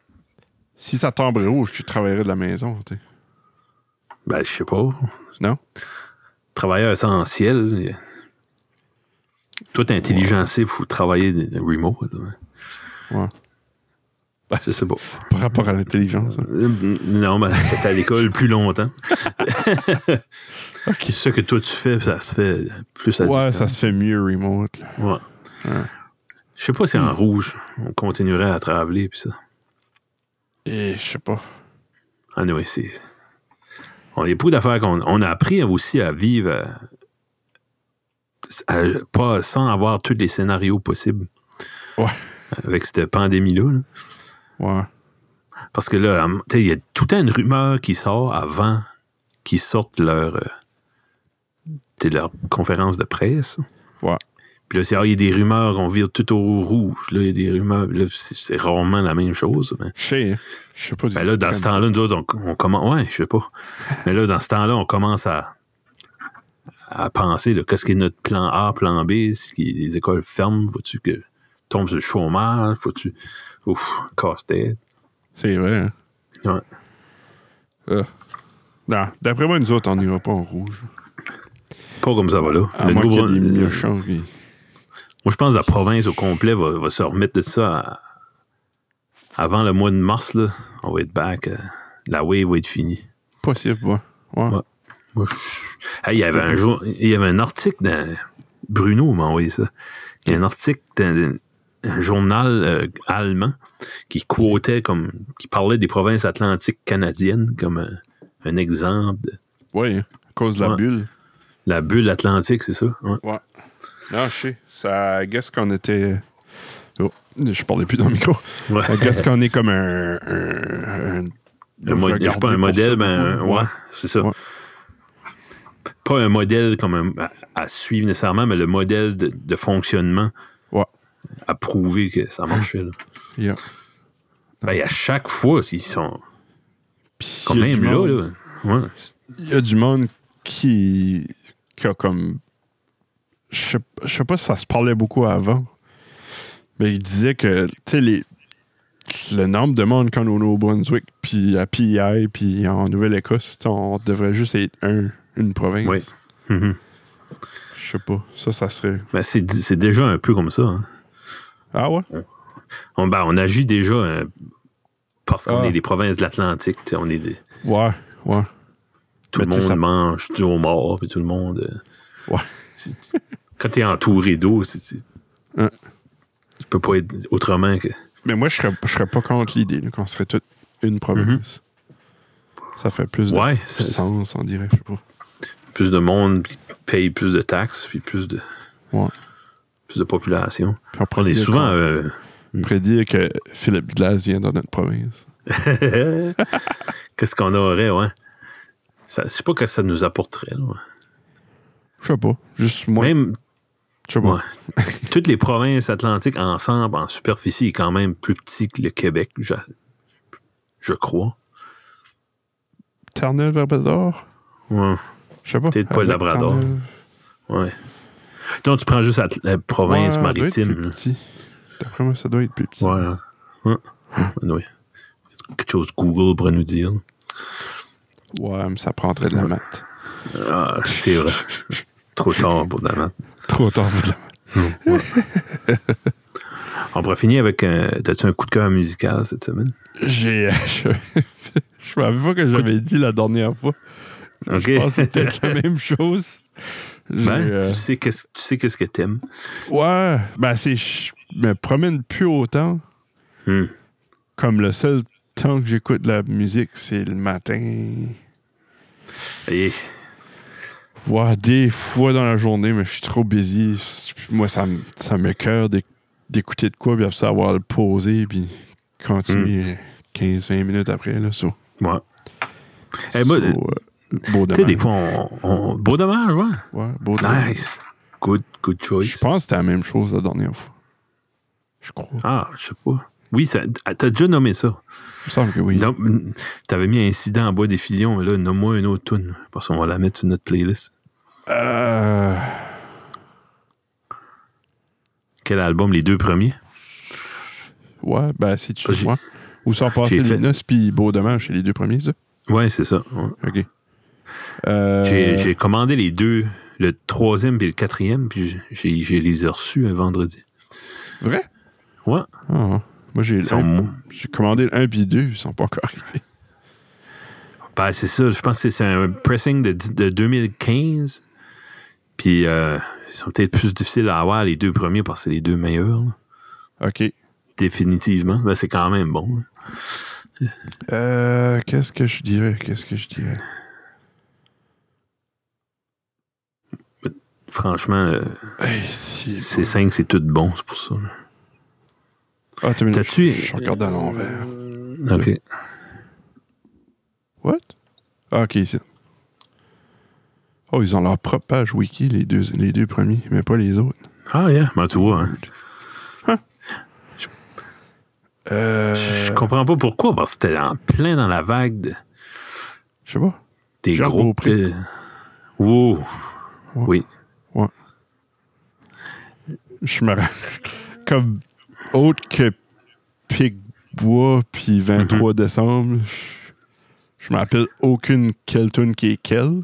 Speaker 1: Si ça tomberait rouge, tu travaillerais de la maison, tu sais.
Speaker 2: Ben, je sais pas.
Speaker 1: Non?
Speaker 2: Travailleur essentiel. là. Toi, t'es intelligencé, il faut travailler de- de remote. là.
Speaker 1: Ouais.
Speaker 2: Je sais pas.
Speaker 1: Par rapport à l'intelligence. hein.
Speaker 2: Euh, Non, mais t'es à l'école plus longtemps.
Speaker 1: Ok.
Speaker 2: Ce que toi, tu fais, ça se fait plus à
Speaker 1: Ouais,
Speaker 2: distance.
Speaker 1: ça se fait mieux remote. là.
Speaker 2: Ouais. Je sais pas si en rouge, on continuerait à traveler puis ça.
Speaker 1: Et Eh, je sais pas.
Speaker 2: Ah non, c'est. On est beaucoup d'affaires qu'on on a appris aussi à vivre à- à- pas sans avoir tous les scénarios possibles.
Speaker 1: Ouais.
Speaker 2: Avec cette pandémie-là. là.
Speaker 1: Ouais.
Speaker 2: Parce que là, tu sais, il y a tout le temps une rumeur qui sort avant qu'ils sortent leur, euh, tu sais, leur conférence de presse.
Speaker 1: Ouais.
Speaker 2: Puis là, c'est, ah, il y a des rumeurs, on vire tout au rouge. Là, il y a des rumeurs. Là, c'est, c'est rarement la même chose. Mais,
Speaker 1: Je sais. hein. Je sais pas du
Speaker 2: mais Ben là, dans ce temps-là, nous autres, on, commence. Ouais, je sais pas. Mais là, dans ce temps-là, on commence à, à penser, là, qu'est-ce qui est notre plan A, plan B, si les écoles ferment, faut-tu que tombe sur le chômage, faut-tu. Ouf, casse-tête.
Speaker 1: C'est vrai, hein.
Speaker 2: Ouais.
Speaker 1: Euh. Non, d'après moi, nous autres, on n'ira pas en rouge.
Speaker 2: Pas comme ça va là.
Speaker 1: À
Speaker 2: Le
Speaker 1: moins qu'il y ait
Speaker 2: nouveau-
Speaker 1: des
Speaker 2: euh,
Speaker 1: méchants qui-
Speaker 2: Moi, je pense que la province au complet va, va se remettre de ça à- avant le mois de mars. Là. On va être back. euh, la wave va être finie.
Speaker 1: Possible, ouais. Ouais.
Speaker 2: Ouais. Moi, je- Hey, il y avait un jour, il y avait un article dans Bruno m'a envoyé ça. Il y a un article dans un journal euh, allemand qui quotait comme qui parlait des provinces atlantiques canadiennes comme un, un exemple. de-
Speaker 1: Ouais, hein. à cause de la
Speaker 2: Ouais.
Speaker 1: bulle.
Speaker 2: La bulle atlantique, c'est ça. Ouais.
Speaker 1: Ouais. Non, je sais. Ça guess qu'on était. Oh, je parlais plus dans le micro.
Speaker 2: Ouais.
Speaker 1: Ça guess qu'on est comme un. un, un-
Speaker 2: Un mo- je sais pas un
Speaker 1: regardé
Speaker 2: modèle,
Speaker 1: pour
Speaker 2: mais
Speaker 1: ça.
Speaker 2: un- ouais, c'est ça.
Speaker 1: Ouais.
Speaker 2: Pas un modèle comme un- à, à suivre nécessairement, mais le modèle de, de fonctionnement
Speaker 1: Ouais.
Speaker 2: à prouver que ça marchait. là.
Speaker 1: Yeah.
Speaker 2: Ben, à chaque fois, ils sont
Speaker 1: Puis
Speaker 2: quand
Speaker 1: il y a
Speaker 2: même
Speaker 1: du
Speaker 2: là.
Speaker 1: monde-
Speaker 2: là. Ouais.
Speaker 1: Il y a du monde qui. qui a comme. Je sais- je sais pas si ça se parlait beaucoup avant, mais il disait que, tu sais, les. Le nombre de monde qu'on a au Nouveau-Brunswick, puis à PEI, puis en Nouvelle-Écosse, tu sais, on devrait juste être un- une province.
Speaker 2: Oui. Mhm.
Speaker 1: Je sais pas. Ça, ça serait.
Speaker 2: Ben, c'est c'est déjà un peu comme ça. hein.
Speaker 1: Ah ouais?
Speaker 2: On, ben, on agit déjà euh, parce qu'on
Speaker 1: Ah.
Speaker 2: est des provinces de l'Atlantique. tu sais, On est des-
Speaker 1: Ouais, ouais.
Speaker 2: tout
Speaker 1: Mais
Speaker 2: le
Speaker 1: Ben, tu sais,
Speaker 2: monde
Speaker 1: ça-
Speaker 2: mange du homard, puis tout le monde. euh,
Speaker 1: Ouais.
Speaker 2: c'est- c'est- Quand t'es entouré d'eau, c'est. c'est-
Speaker 1: Hein.
Speaker 2: Tu peux pas être autrement que.
Speaker 1: Mais moi, je serais, je serais pas contre l'idée là, qu'on serait toute une province. Ça ferait plus de
Speaker 2: Mhm. Ouais, ça-
Speaker 1: sens, on dirait. Je sais pas.
Speaker 2: plus de monde puis paye plus de taxes, puis plus de,
Speaker 1: Ouais.
Speaker 2: plus de population.
Speaker 1: Puis on
Speaker 2: On est
Speaker 1: pourrait dire
Speaker 2: souvent.
Speaker 1: qu'on-
Speaker 2: euh,
Speaker 1: on pourrait dire que Philippe Glass vient dans notre province.
Speaker 2: Qu'est-ce qu'on aurait, ouais? Ça, je sais pas que ça nous apporterait. là, ouais.
Speaker 1: Je sais pas. Juste moi.
Speaker 2: Même
Speaker 1: Je sais pas.
Speaker 2: ouais. toutes les provinces atlantiques ensemble, en superficie, est quand même plus petit que le Québec, je, je crois.
Speaker 1: Terre-Neuve, Labrador?
Speaker 2: Ouais.
Speaker 1: Je sais pas.
Speaker 2: Peut-être pas le
Speaker 1: Avec
Speaker 2: Labrador.
Speaker 1: Terre-Neuve.
Speaker 2: ouais. Donc, tu prends juste la, la province
Speaker 1: Ouais, ça doit être
Speaker 2: maritime.
Speaker 1: plus
Speaker 2: là.
Speaker 1: petit. D'après moi, ça doit être plus petit.
Speaker 2: Ouais. hein. Hein? Anyway. Quelque chose que Google pourrait nous dire.
Speaker 1: Ouais, mais ça prendrait de la maths.
Speaker 2: Ah, c'est vrai. Trop tard pour demain.
Speaker 1: Trop tard pour de la maths.
Speaker 2: On pourrait finir avec un. T'as-tu un coup de cœur musical cette semaine?
Speaker 1: J'ai. euh, Je je savais pas que j'avais dit la dernière fois.
Speaker 2: Ok.
Speaker 1: Je pense que c'est peut-être la même chose. J'ai,
Speaker 2: Ben,
Speaker 1: euh,
Speaker 2: tu sais qu'est-ce tu sais qu'est-ce que t'aimes.
Speaker 1: Ouais, ben c'est. Je me promène plus autant.
Speaker 2: Hmm.
Speaker 1: Comme le seul temps que j'écoute de la musique, c'est le matin.
Speaker 2: Et
Speaker 1: Voire des fois dans la journée, mais je suis trop busy. Moi, ça, me- ça m'écœure d'éc- d'écouter de quoi, puis après ça, avoir le poser, puis
Speaker 2: Hmm.
Speaker 1: continuer 15-20 minutes après. Là, so-
Speaker 2: moi. Eh, moi,
Speaker 1: so,
Speaker 2: euh,
Speaker 1: euh, beau
Speaker 2: tu sais, des
Speaker 1: dommage.
Speaker 2: fois, on, on- Beau dommage, ouais.
Speaker 1: Ouais, beau dommage.
Speaker 2: Nice. Good, good
Speaker 1: Je
Speaker 2: choice.
Speaker 1: pense que c'était la même chose la dernière fois. Je crois.
Speaker 2: Ah, je sais pas. Oui, ça- ah, t'as déjà nommé ça.
Speaker 1: Il me semble que oui.
Speaker 2: Non, mm, T'avais mis incident en bois des filions, mais là, nomme-moi une autre tune. Parce qu'on va la mettre sur notre playlist.
Speaker 1: Euh,
Speaker 2: Quel album, les deux premiers?
Speaker 1: ouais, ben si tu
Speaker 2: Parce que
Speaker 1: vois. Ou sans passer
Speaker 2: j'ai
Speaker 1: les
Speaker 2: fait-
Speaker 1: noces, puis beau dommage, c'est les deux premiers, ça.
Speaker 2: Ouais, c'est ça. ouais.
Speaker 1: OK. Euh,
Speaker 2: J'ai j'ai commandé les deux, le troisième puis le quatrième, puis j'ai j'ai les ai reçus un vendredi.
Speaker 1: Vrai?
Speaker 2: Ouais,
Speaker 1: Ah, moi, j'ai
Speaker 2: ils sont
Speaker 1: le-
Speaker 2: mous.
Speaker 1: j'ai commandé le 1 puis 2, ils sont pas encore arrivés.
Speaker 2: Ben, c'est ça, je pense que c'est un pressing de, dix- de 2015. Puis euh, ils sont peut-être plus difficiles à avoir les deux premiers parce que c'est les deux meilleurs. là.
Speaker 1: OK.
Speaker 2: Définitivement, mais c'est quand même bon. hein. là.
Speaker 1: Euh, Qu'est-ce que je dirais? Qu'est-ce que je dirais?
Speaker 2: Franchement, euh,
Speaker 1: Hey, si,
Speaker 2: c'est cinq, c'est tout bon, c'est pour ça.
Speaker 1: Ah, t'as minute,
Speaker 2: T'as-tu-
Speaker 1: je, je regarde à l'envers.
Speaker 2: OK.
Speaker 1: What? Ah, OK, ici. Oh, ils ont leur propre page wiki, les deux, les deux premiers, mais pas les autres.
Speaker 2: Ah, yeah, ben, tu vois. hein.
Speaker 1: Euh,
Speaker 2: Je comprends pas pourquoi, parce que c'était en plein dans la vague de-
Speaker 1: je sais pas.
Speaker 2: des
Speaker 1: Jacques
Speaker 2: groupes.
Speaker 1: Beaupré.
Speaker 2: de- Wow.
Speaker 1: Ouais.
Speaker 2: Oui.
Speaker 1: Je me ra- Comme autre que Picbois puis 23
Speaker 2: Mhm.
Speaker 1: décembre, je, je me rappelle aucune quelle tune qui est quelle,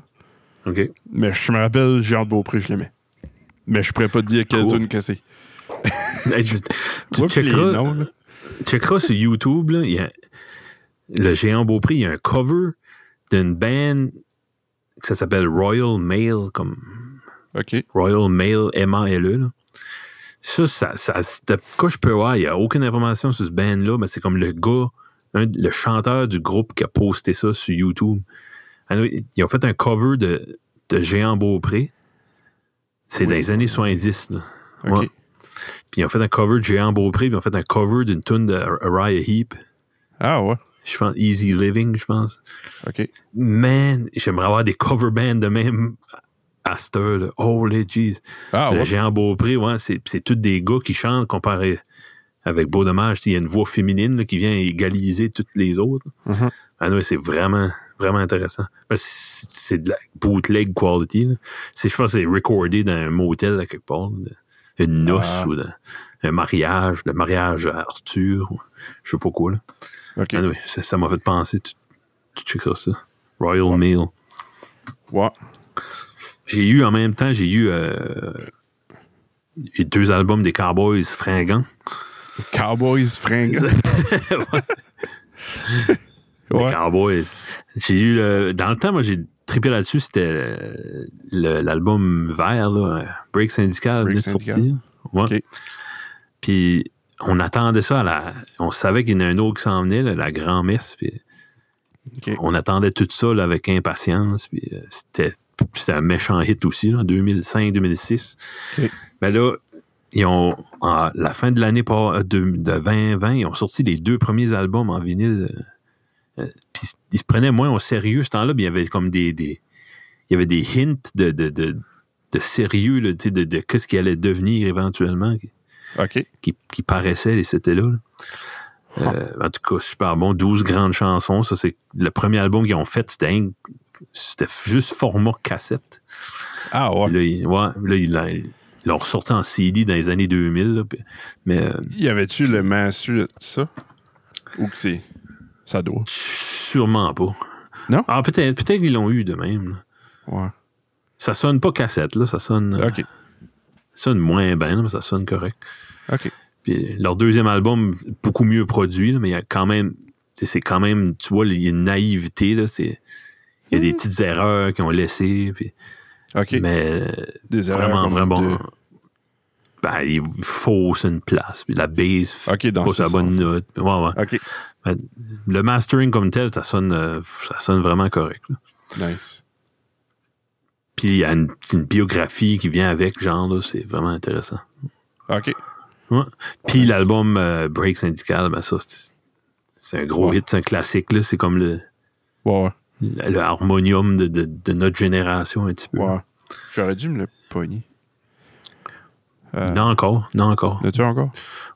Speaker 2: OK.
Speaker 1: mais je me rappelle Géant de Beaupré, je l'aimais. Mais je pourrais pas te dire quelle
Speaker 2: Cool.
Speaker 1: tune que c'est.
Speaker 2: Hey, tu tu
Speaker 1: Moi, puis les
Speaker 2: Ben, checkeras,
Speaker 1: noms, là.
Speaker 2: checkeras sur YouTube, là, il y a- le géant Beaupré, il y a un cover d'une band que ça s'appelle Royal Mail, comme
Speaker 1: OK.
Speaker 2: Royal Mail, M-A-L-E. E, là. Ça, ça, ça- de quoi je peux voir, il n'y a aucune information sur ce band-là, mais c'est comme le gars, un- le chanteur du groupe qui a posté ça sur YouTube. Anyway, Ils ont fait un cover de, de Géant Beaupré. C'est dans les années 70. Là.
Speaker 1: OK.
Speaker 2: Ouais. Puis ils ont fait un cover de Géant Beaupré, puis ils ont fait un cover d'une tune de Uriah Heep.
Speaker 1: Ah ouais.
Speaker 2: Je pense Easy Living, je pense.
Speaker 1: OK.
Speaker 2: Man, j'aimerais avoir des cover bands de même à cette heure-là. Holy jeez.
Speaker 1: Ah
Speaker 2: le
Speaker 1: ouais.
Speaker 2: Géant Beaupré, ouais, c'est c'est tous des gars qui chantent comparé avec Beau Dommage. Il y a une voix féminine là, qui vient égaliser toutes les autres.
Speaker 1: Mhm.
Speaker 2: Ah non, c'est vraiment, vraiment intéressant. Parce que c'est c'est de la bootleg quality. là. C'est- Je pense que c'est recordé dans un motel à quelque part. là, Une noce
Speaker 1: Ah.
Speaker 2: ou dans un mariage, le mariage à Arthur. ou je sais pas quoi. Là.
Speaker 1: OK.
Speaker 2: Ah oui, ça ça m'a fait penser. Tu, tu checkeras ça. Royal Mail.
Speaker 1: Ouais.
Speaker 2: J'ai eu en même temps, j'ai eu euh, j'ai deux albums des Cowboys fringants.
Speaker 1: Cowboys fringues.
Speaker 2: Les
Speaker 1: ouais.
Speaker 2: Cowboys. J'ai eu le- dans le temps, moi j'ai trippé là-dessus, c'était euh, le- le- l'album vert, là, Break Syndical,
Speaker 1: Break
Speaker 2: venait de sortir.
Speaker 1: Syndical.
Speaker 2: Ouais.
Speaker 1: Ok.
Speaker 2: Puis on attendait ça à la. On savait qu'il y en a un autre qui s'en venait, là, la grand-messe. Puis
Speaker 1: Ok.
Speaker 2: on attendait tout ça là, avec impatience. Puis euh, c'était, c'était un méchant hit aussi, là, 2005-2006.
Speaker 1: Ok.
Speaker 2: Mais Ben là, ils ont, à la fin de l'année par- de, de 2020, ils ont sorti les deux premiers albums en vinyle. euh, euh, Puis ils se prenaient moins au sérieux ce temps-là. puis Il y avait comme des, des- il y avait des hints de, de, de, de sérieux, là, tu sais, de, de qu'est-ce qui allait devenir éventuellement
Speaker 1: OK.
Speaker 2: qui, qui paraissait et c'était là. là. Euh,
Speaker 1: Ah.
Speaker 2: en tout cas, super bon. 12 grandes chansons. Ça, c'est le premier album qu'ils ont fait. C'était, un- c'était f- juste format cassette.
Speaker 1: Ah ouais.
Speaker 2: Puis Là, ils, ouais, là, ils l'ont- ils l'ont ressorti en CD dans les années 2000. là, puis- mais euh,
Speaker 1: Y avait-tu le massu de ça? Ou que c'est. Ça doit.
Speaker 2: sûrement pas.
Speaker 1: Non?
Speaker 2: Ah, peut-être, peut-être qu'ils l'ont eu de même. là.
Speaker 1: Ouais.
Speaker 2: Ça sonne pas cassette, là. Ça sonne, euh,
Speaker 1: OK.
Speaker 2: sonne moins bien, là, mais ça sonne correct.
Speaker 1: OK.
Speaker 2: Puis leur deuxième album, beaucoup mieux produit, là, mais il y a quand même, tu sais, c'est quand même, tu vois, il y a une naïveté, là, c'est, il y a des petites erreurs qu'ils ont laissées, puis-
Speaker 1: Hmm. OK.
Speaker 2: mais euh,
Speaker 1: Des erreurs
Speaker 2: vraiment,
Speaker 1: comme
Speaker 2: vraiment bon.
Speaker 1: de-
Speaker 2: Ben, il fausse une place, puis la base,
Speaker 1: OK, dans
Speaker 2: pas
Speaker 1: ce
Speaker 2: sa bonne
Speaker 1: sens. Ah.
Speaker 2: note. Ouais, ouais.
Speaker 1: OK.
Speaker 2: Le mastering comme tel, ça sonne, euh, ça sonne vraiment correct. là.
Speaker 1: Nice.
Speaker 2: Puis il y a une, une biographie qui vient avec, genre, là, c'est vraiment intéressant.
Speaker 1: OK.
Speaker 2: Ouais. Puis l'album euh, Break Syndical, ben ça, c'est- c'est un gros
Speaker 1: Ouais.
Speaker 2: hit, c'est un classique, là. C'est comme le,
Speaker 1: Ouais, ouais.
Speaker 2: le, le harmonium de, de- de notre génération, un petit peu.
Speaker 1: ouais. J'aurais dû me le pogner. Euh,
Speaker 2: Non encore, non encore.
Speaker 1: L'as-tu encore?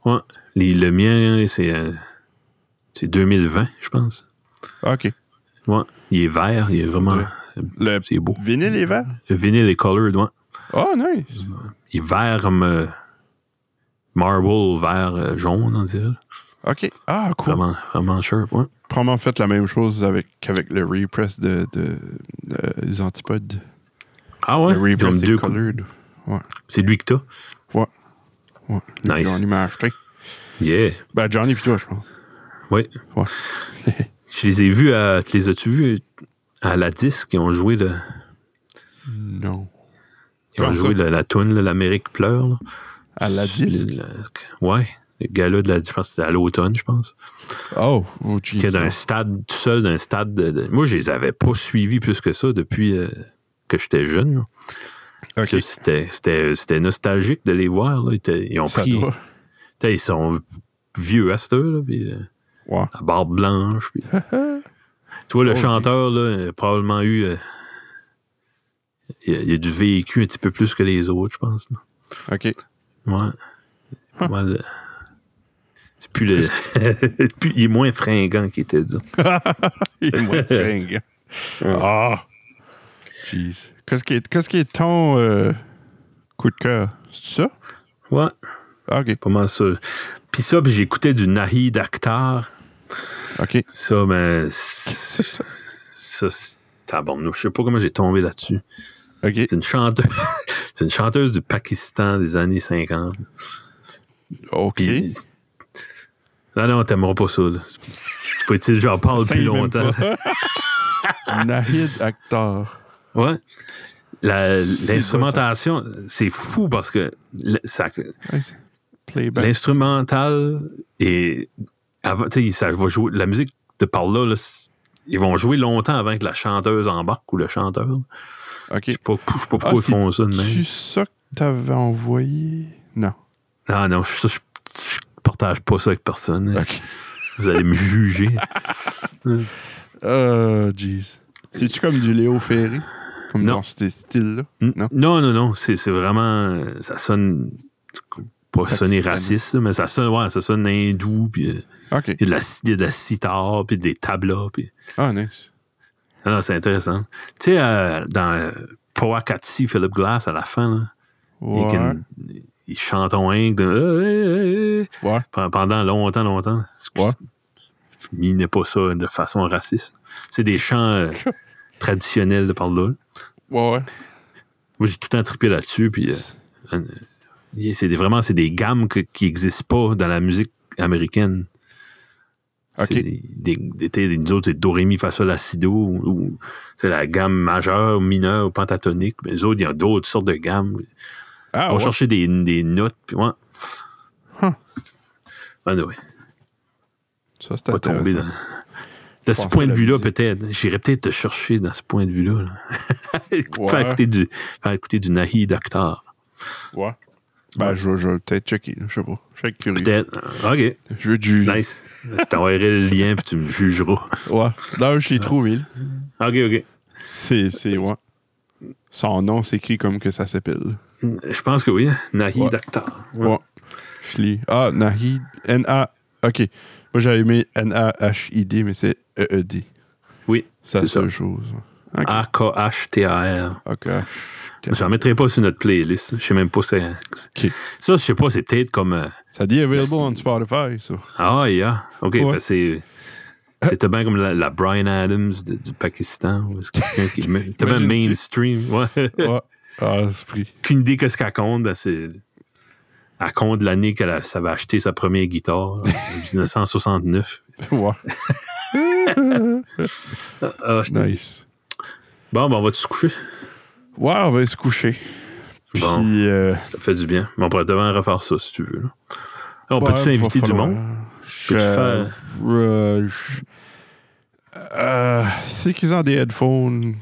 Speaker 2: Ouais. Les- le mien, c'est euh, c'est 2020, je pense.
Speaker 1: OK.
Speaker 2: Ouais. Il est vert, il est vraiment...
Speaker 1: Ouais. Le
Speaker 2: C'est beau.
Speaker 1: vinyle est vert?
Speaker 2: Le vinyle est colored, ouais.
Speaker 1: Oh, nice.
Speaker 2: Il est vert comme... euh, marble vert euh, jaune, on dirait. là.
Speaker 1: OK. Ah, cool.
Speaker 2: Vraiment, vraiment sharp, ouais.
Speaker 1: Probablement fait la même chose avec, qu'avec le repress de, de, de- des antipodes.
Speaker 2: Ah ouais?
Speaker 1: le repress
Speaker 2: Comme
Speaker 1: est
Speaker 2: deux coups.
Speaker 1: colored. Ouais.
Speaker 2: C'est lui que t'as?
Speaker 1: Ouais. Ouais.
Speaker 2: Nice.
Speaker 1: Johnny m'a acheté.
Speaker 2: Yeah.
Speaker 1: Ben, Johnny pis toi, je pense.
Speaker 2: Oui.
Speaker 1: Ouais.
Speaker 2: Je les ai vus à. Tu les as-tu vus à la disque? Ils ont joué, le,
Speaker 1: Non.
Speaker 2: ils ont
Speaker 1: Comment
Speaker 2: joué la, la toune, là, L'Amérique pleure. là.
Speaker 1: À la disque?
Speaker 2: Le- le- ouais. Le gala de la je pense que c'était à l'automne, je pense.
Speaker 1: Oh, oh, jeez.
Speaker 2: Qui est d'un stade, tout seul d'un stade. de- de- Moi, je les avais pas suivis plus que ça depuis euh, que j'étais jeune. là.
Speaker 1: OK.
Speaker 2: Puis C'était, c'était, c'était nostalgique de les voir. là. Ils, étaient- ils ont
Speaker 1: Ça
Speaker 2: pris.
Speaker 1: doit.
Speaker 2: Putain, Ils sont vieux à cette heure, là, puis, euh,
Speaker 1: Ouais.
Speaker 2: la barbe blanche. Puis... tu vois, le
Speaker 1: Oh,
Speaker 2: chanteur, là, a probablement eu. euh, il, a, il a dû vécu un petit peu plus que les autres, je pense. là.
Speaker 1: OK.
Speaker 2: Ouais. Pas mal, euh, C'est plus le. plus- il est moins fringant qu'il était, disons.
Speaker 1: Il est moins fringue. Ah! Jeez. Qu'est-ce qui est, qu'est-ce qui est ton euh, coup de cœur? C'est ça?
Speaker 2: Ouais,
Speaker 1: Ah, OK.
Speaker 2: pas mal ça. Puis ça, puis j'écoutais du Nahid Akhtar.
Speaker 1: OK.
Speaker 2: Ça, ben. c'est- Ça, c'est. tabarnouche. Je sais pas comment j'ai tombé là-dessus.
Speaker 1: OK.
Speaker 2: C'est une chanteuse. c'est une chanteuse du Pakistan des années 50.
Speaker 1: OK.
Speaker 2: Puis- Non, non, t'aimeras pas ça. là. Faut-il que j'en parle
Speaker 1: Ça,
Speaker 2: plus
Speaker 1: il m'aime
Speaker 2: longtemps?
Speaker 1: pas. Nahid Actor.
Speaker 2: Ouais. La-
Speaker 1: C'est
Speaker 2: L'instrumentation, c'est fou parce que le- ça,
Speaker 1: Ouais, c'est- Playback.
Speaker 2: l'instrumental et avant, tu sais, ça va jouer la musique de par là, là, c- ils vont jouer longtemps avant que la chanteuse embarque ou le chanteur.
Speaker 1: Ok.
Speaker 2: Je sais pas, je sais pas pourquoi
Speaker 1: Ah,
Speaker 2: ils font ça de même.
Speaker 1: Tu ça que t'avais envoyé? Non.
Speaker 2: Ah non, je, ça, je, je partage pas ça avec personne.
Speaker 1: Ok.
Speaker 2: Vous allez me juger.
Speaker 1: Euh, jeez. C'est-tu comme du Léo Ferry? Comme
Speaker 2: Non.
Speaker 1: dans ces styles-là? Non.
Speaker 2: non, non, non, c'est c'est vraiment, ça sonne pas
Speaker 1: Pakistanais.
Speaker 2: sonner raciste, mais ça sonne, ouais, ça sonne hindou, puis euh,
Speaker 1: Ok.
Speaker 2: il y a de la, il y a de la sitar, puis des tablas, puis
Speaker 1: Ah, nice.
Speaker 2: Non, non, c'est intéressant. Tu sais, euh, dans euh, Poacatsi, Philip Glass, à la fin, là, il,
Speaker 1: Ouais.
Speaker 2: can- il chante en Inde
Speaker 1: Ouais.
Speaker 2: pendant longtemps, longtemps.
Speaker 1: Ouais.
Speaker 2: Il n'est pas ça de façon raciste. C'est des chants euh, traditionnels de par là.
Speaker 1: Ouais, ouais.
Speaker 2: Moi, j'ai tout le temps trippé là-dessus. Puis, euh, euh, y- c'est des- vraiment c'est des gammes que- qui n'existent pas dans la musique américaine.
Speaker 1: Ok.
Speaker 2: C'est Des, des, des- nous autres, c'est Do, Ré, Mi, Fa, Sol, La, Si, Do, ou- ou c'est la gamme majeure, mineure, ou pentatonique. Mais les autres, il y a d'autres sortes de gammes.
Speaker 1: Ah,
Speaker 2: On
Speaker 1: ouais.
Speaker 2: chercher des, des notes. Puis, ouais.
Speaker 1: Huh.
Speaker 2: Anyway,
Speaker 1: Ça, c'était
Speaker 2: pas tomber
Speaker 1: intéressant.
Speaker 2: dans. De ce
Speaker 1: Penser
Speaker 2: point de
Speaker 1: à la
Speaker 2: vue-là,
Speaker 1: musique.
Speaker 2: peut-être. J'irais peut-être te chercher dans ce point de vue-là. là.
Speaker 1: Ouais.
Speaker 2: faire, écouter du, faire écouter du Nahi Doctor.
Speaker 1: Ouais. Ben, je vais- je vais peut-être checker, là, je sais pas. Je vais être curieux.
Speaker 2: Peut-être. OK.
Speaker 1: Je veux du.
Speaker 2: Nice. Je t'enverrai le lien puis tu me jugeras.
Speaker 1: Ouais. Là, je l'ai trouvé, là.
Speaker 2: OK, OK.
Speaker 1: C'est. c'est- Ouais. Son nom s'écrit comme que ça s'appelle.
Speaker 2: Je pense que oui. Nahi
Speaker 1: Ouais.
Speaker 2: Doctor.
Speaker 1: Ouais. Je lis. Ah, Nahid. N-A. OK. Moi, j'avais mis N-A-H-I-D, mais c'est E-E-D.
Speaker 2: Oui,
Speaker 1: Ça,
Speaker 2: c'est
Speaker 1: c'est
Speaker 2: ça. Ah.
Speaker 1: la chose. OK.
Speaker 2: A-K-H-T-A-R.
Speaker 1: OK.
Speaker 2: J'en mettrai pas sur notre playlist. Je sais même pas. C'est...
Speaker 1: OK.
Speaker 2: Ça, je sais pas, c'est peut-être comme. euh,
Speaker 1: Ça dit available
Speaker 2: Merci.
Speaker 1: on Spotify, ça.
Speaker 2: Ah, yeah. OK.
Speaker 1: Ouais.
Speaker 2: fait c'est. C'était bien comme la, la Brian Adams de- du Pakistan. ou c'est quelqu'un qui est tellement
Speaker 1: Imagine-tu.
Speaker 2: mainstream. Ouais.
Speaker 1: Ouais. Ah, c'est pris.
Speaker 2: Aucune idée qu'est-ce qu'elle compte. Ben c'est... Elle compte l'année qu'elle a- ça va acheter sa première guitare, en 1969.
Speaker 1: Ouais.
Speaker 2: Ah, je te dis.
Speaker 1: nice.
Speaker 2: Bon, ben, on va-tu se coucher?
Speaker 1: Ouais, on va se coucher. Puis,
Speaker 2: Bon.
Speaker 1: euh,
Speaker 2: Ça fait du bien. Mais on pourrait devant refaire ça, si tu veux. là. On peut-tu
Speaker 1: ouais, va
Speaker 2: inviter du
Speaker 1: falloir-
Speaker 2: monde?
Speaker 1: Je-
Speaker 2: Peux-tu faire-
Speaker 1: euh, je- euh, c'est qu'ils ont des headphones.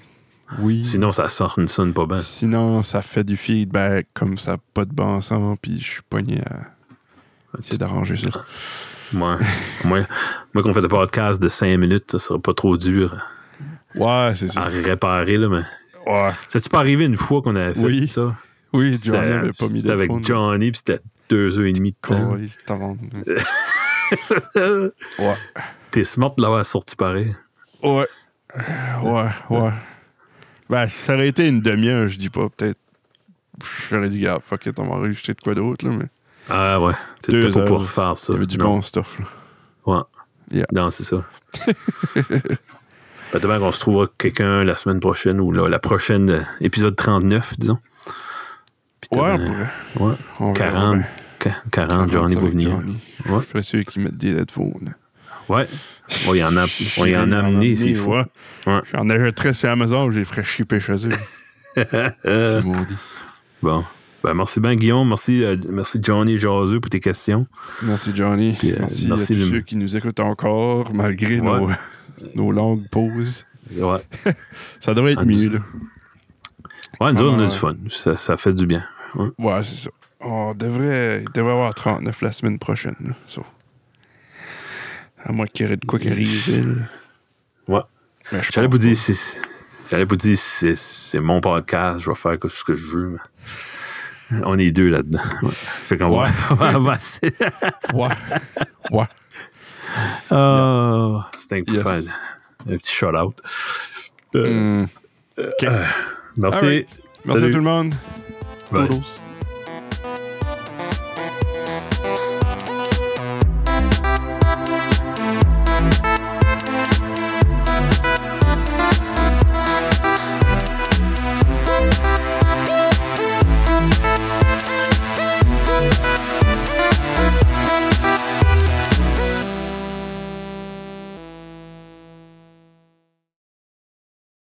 Speaker 1: Oui.
Speaker 2: Sinon, ça sort, ne sonne pas bien.
Speaker 1: Sinon, ça fait du feedback comme ça, pas de bon sens, puis je suis pogné à essayer d'arranger ça.
Speaker 2: Ah. Moi, moi, moi qu'on fait des podcasts de 5 minutes, ça sera pas trop dur
Speaker 1: Ouais, c'est
Speaker 2: à
Speaker 1: ça.
Speaker 2: réparer. Là, mais...
Speaker 1: Ouais.
Speaker 2: Ça-tu pas arrivé une fois qu'on avait fait
Speaker 1: Oui.
Speaker 2: ça?
Speaker 1: Oui,
Speaker 2: C'était-
Speaker 1: Johnny avait pas mis
Speaker 2: C'était avec hein.
Speaker 1: d'headphones.
Speaker 2: Johnny, puis c'était deux heures et demie de temps.
Speaker 1: Ouais, t'as vendu. Ouais.
Speaker 2: T'es smart de l'avoir sorti pareil.
Speaker 1: Ouais. Euh, Ouais, ouais. Ben, si ça aurait été une demi-heure, je dis pas, peut-être. J'aurais dit, gars, fuck it, on va enregistrer de quoi d'autre, là, mais
Speaker 2: Ah ouais,
Speaker 1: Deux
Speaker 2: t'étais pas
Speaker 1: heures.
Speaker 2: pour refaire ça.
Speaker 1: il y avait du
Speaker 2: Non.
Speaker 1: bon stuff, là.
Speaker 2: Ouais.
Speaker 1: Yeah.
Speaker 2: Non, c'est ça. Peut-être qu'on se trouvera quelqu'un la semaine prochaine ou la, la prochaine euh, épisode 39, disons. Puis
Speaker 1: Ouais,
Speaker 2: t'as-
Speaker 1: on pourrait.
Speaker 2: ouais.
Speaker 1: On verra
Speaker 2: 40,
Speaker 1: bien.
Speaker 2: Qu- 40, Johnny va
Speaker 1: avec
Speaker 2: venir.
Speaker 1: Johnny.
Speaker 2: Ouais.
Speaker 1: Je ferais ceux qui mettent des headphones.
Speaker 2: Ouais. On y en a, Ben, on y en a amené, c'est fou.
Speaker 1: fois.
Speaker 2: Ouais.
Speaker 1: J'en achèterais sur Amazon, je les ferais shipper chez eux.
Speaker 2: Euh,
Speaker 1: C'est maudit.
Speaker 2: bon. Ben, merci bien, Guillaume. Merci, euh, merci Johnny et Jazu pour tes questions.
Speaker 1: Merci Johnny.
Speaker 2: Puis, euh,
Speaker 1: merci,
Speaker 2: merci
Speaker 1: à tous
Speaker 2: de-
Speaker 1: ceux qui nous écoutent encore, malgré nos, nos longues pauses.
Speaker 2: Ouais.
Speaker 1: Ça devrait être
Speaker 2: Ah,
Speaker 1: mieux,
Speaker 2: nous-
Speaker 1: là.
Speaker 2: Ouais, nous autres, on a
Speaker 1: ouais.
Speaker 2: du fun. Ça, ça fait du bien.
Speaker 1: Ouais, c'est ça. On devrait, il devrait avoir 39 la semaine prochaine. là, so. À moins qu'il y ait de quoi qui arrive. elle.
Speaker 2: Ouais.
Speaker 1: Mais je
Speaker 2: J'allais
Speaker 1: pense
Speaker 2: vous
Speaker 1: pas.
Speaker 2: dire, c'est, j'allais vous dire, c'est, c'est mon podcast, je vais faire que- ce que je veux. mais On est deux là-dedans. Ouais. Fait qu'on va-
Speaker 1: Ouais.
Speaker 2: on va avancer.
Speaker 1: Ouais. ouais.
Speaker 2: Oh, c'était un coup de
Speaker 1: Yes.
Speaker 2: fan. Un petit shout-out. Euh,
Speaker 1: Hmm.
Speaker 2: Merci.
Speaker 1: euh, All right. Merci à
Speaker 2: Salut.
Speaker 1: tout le monde.
Speaker 2: Bye.
Speaker 1: Toodles.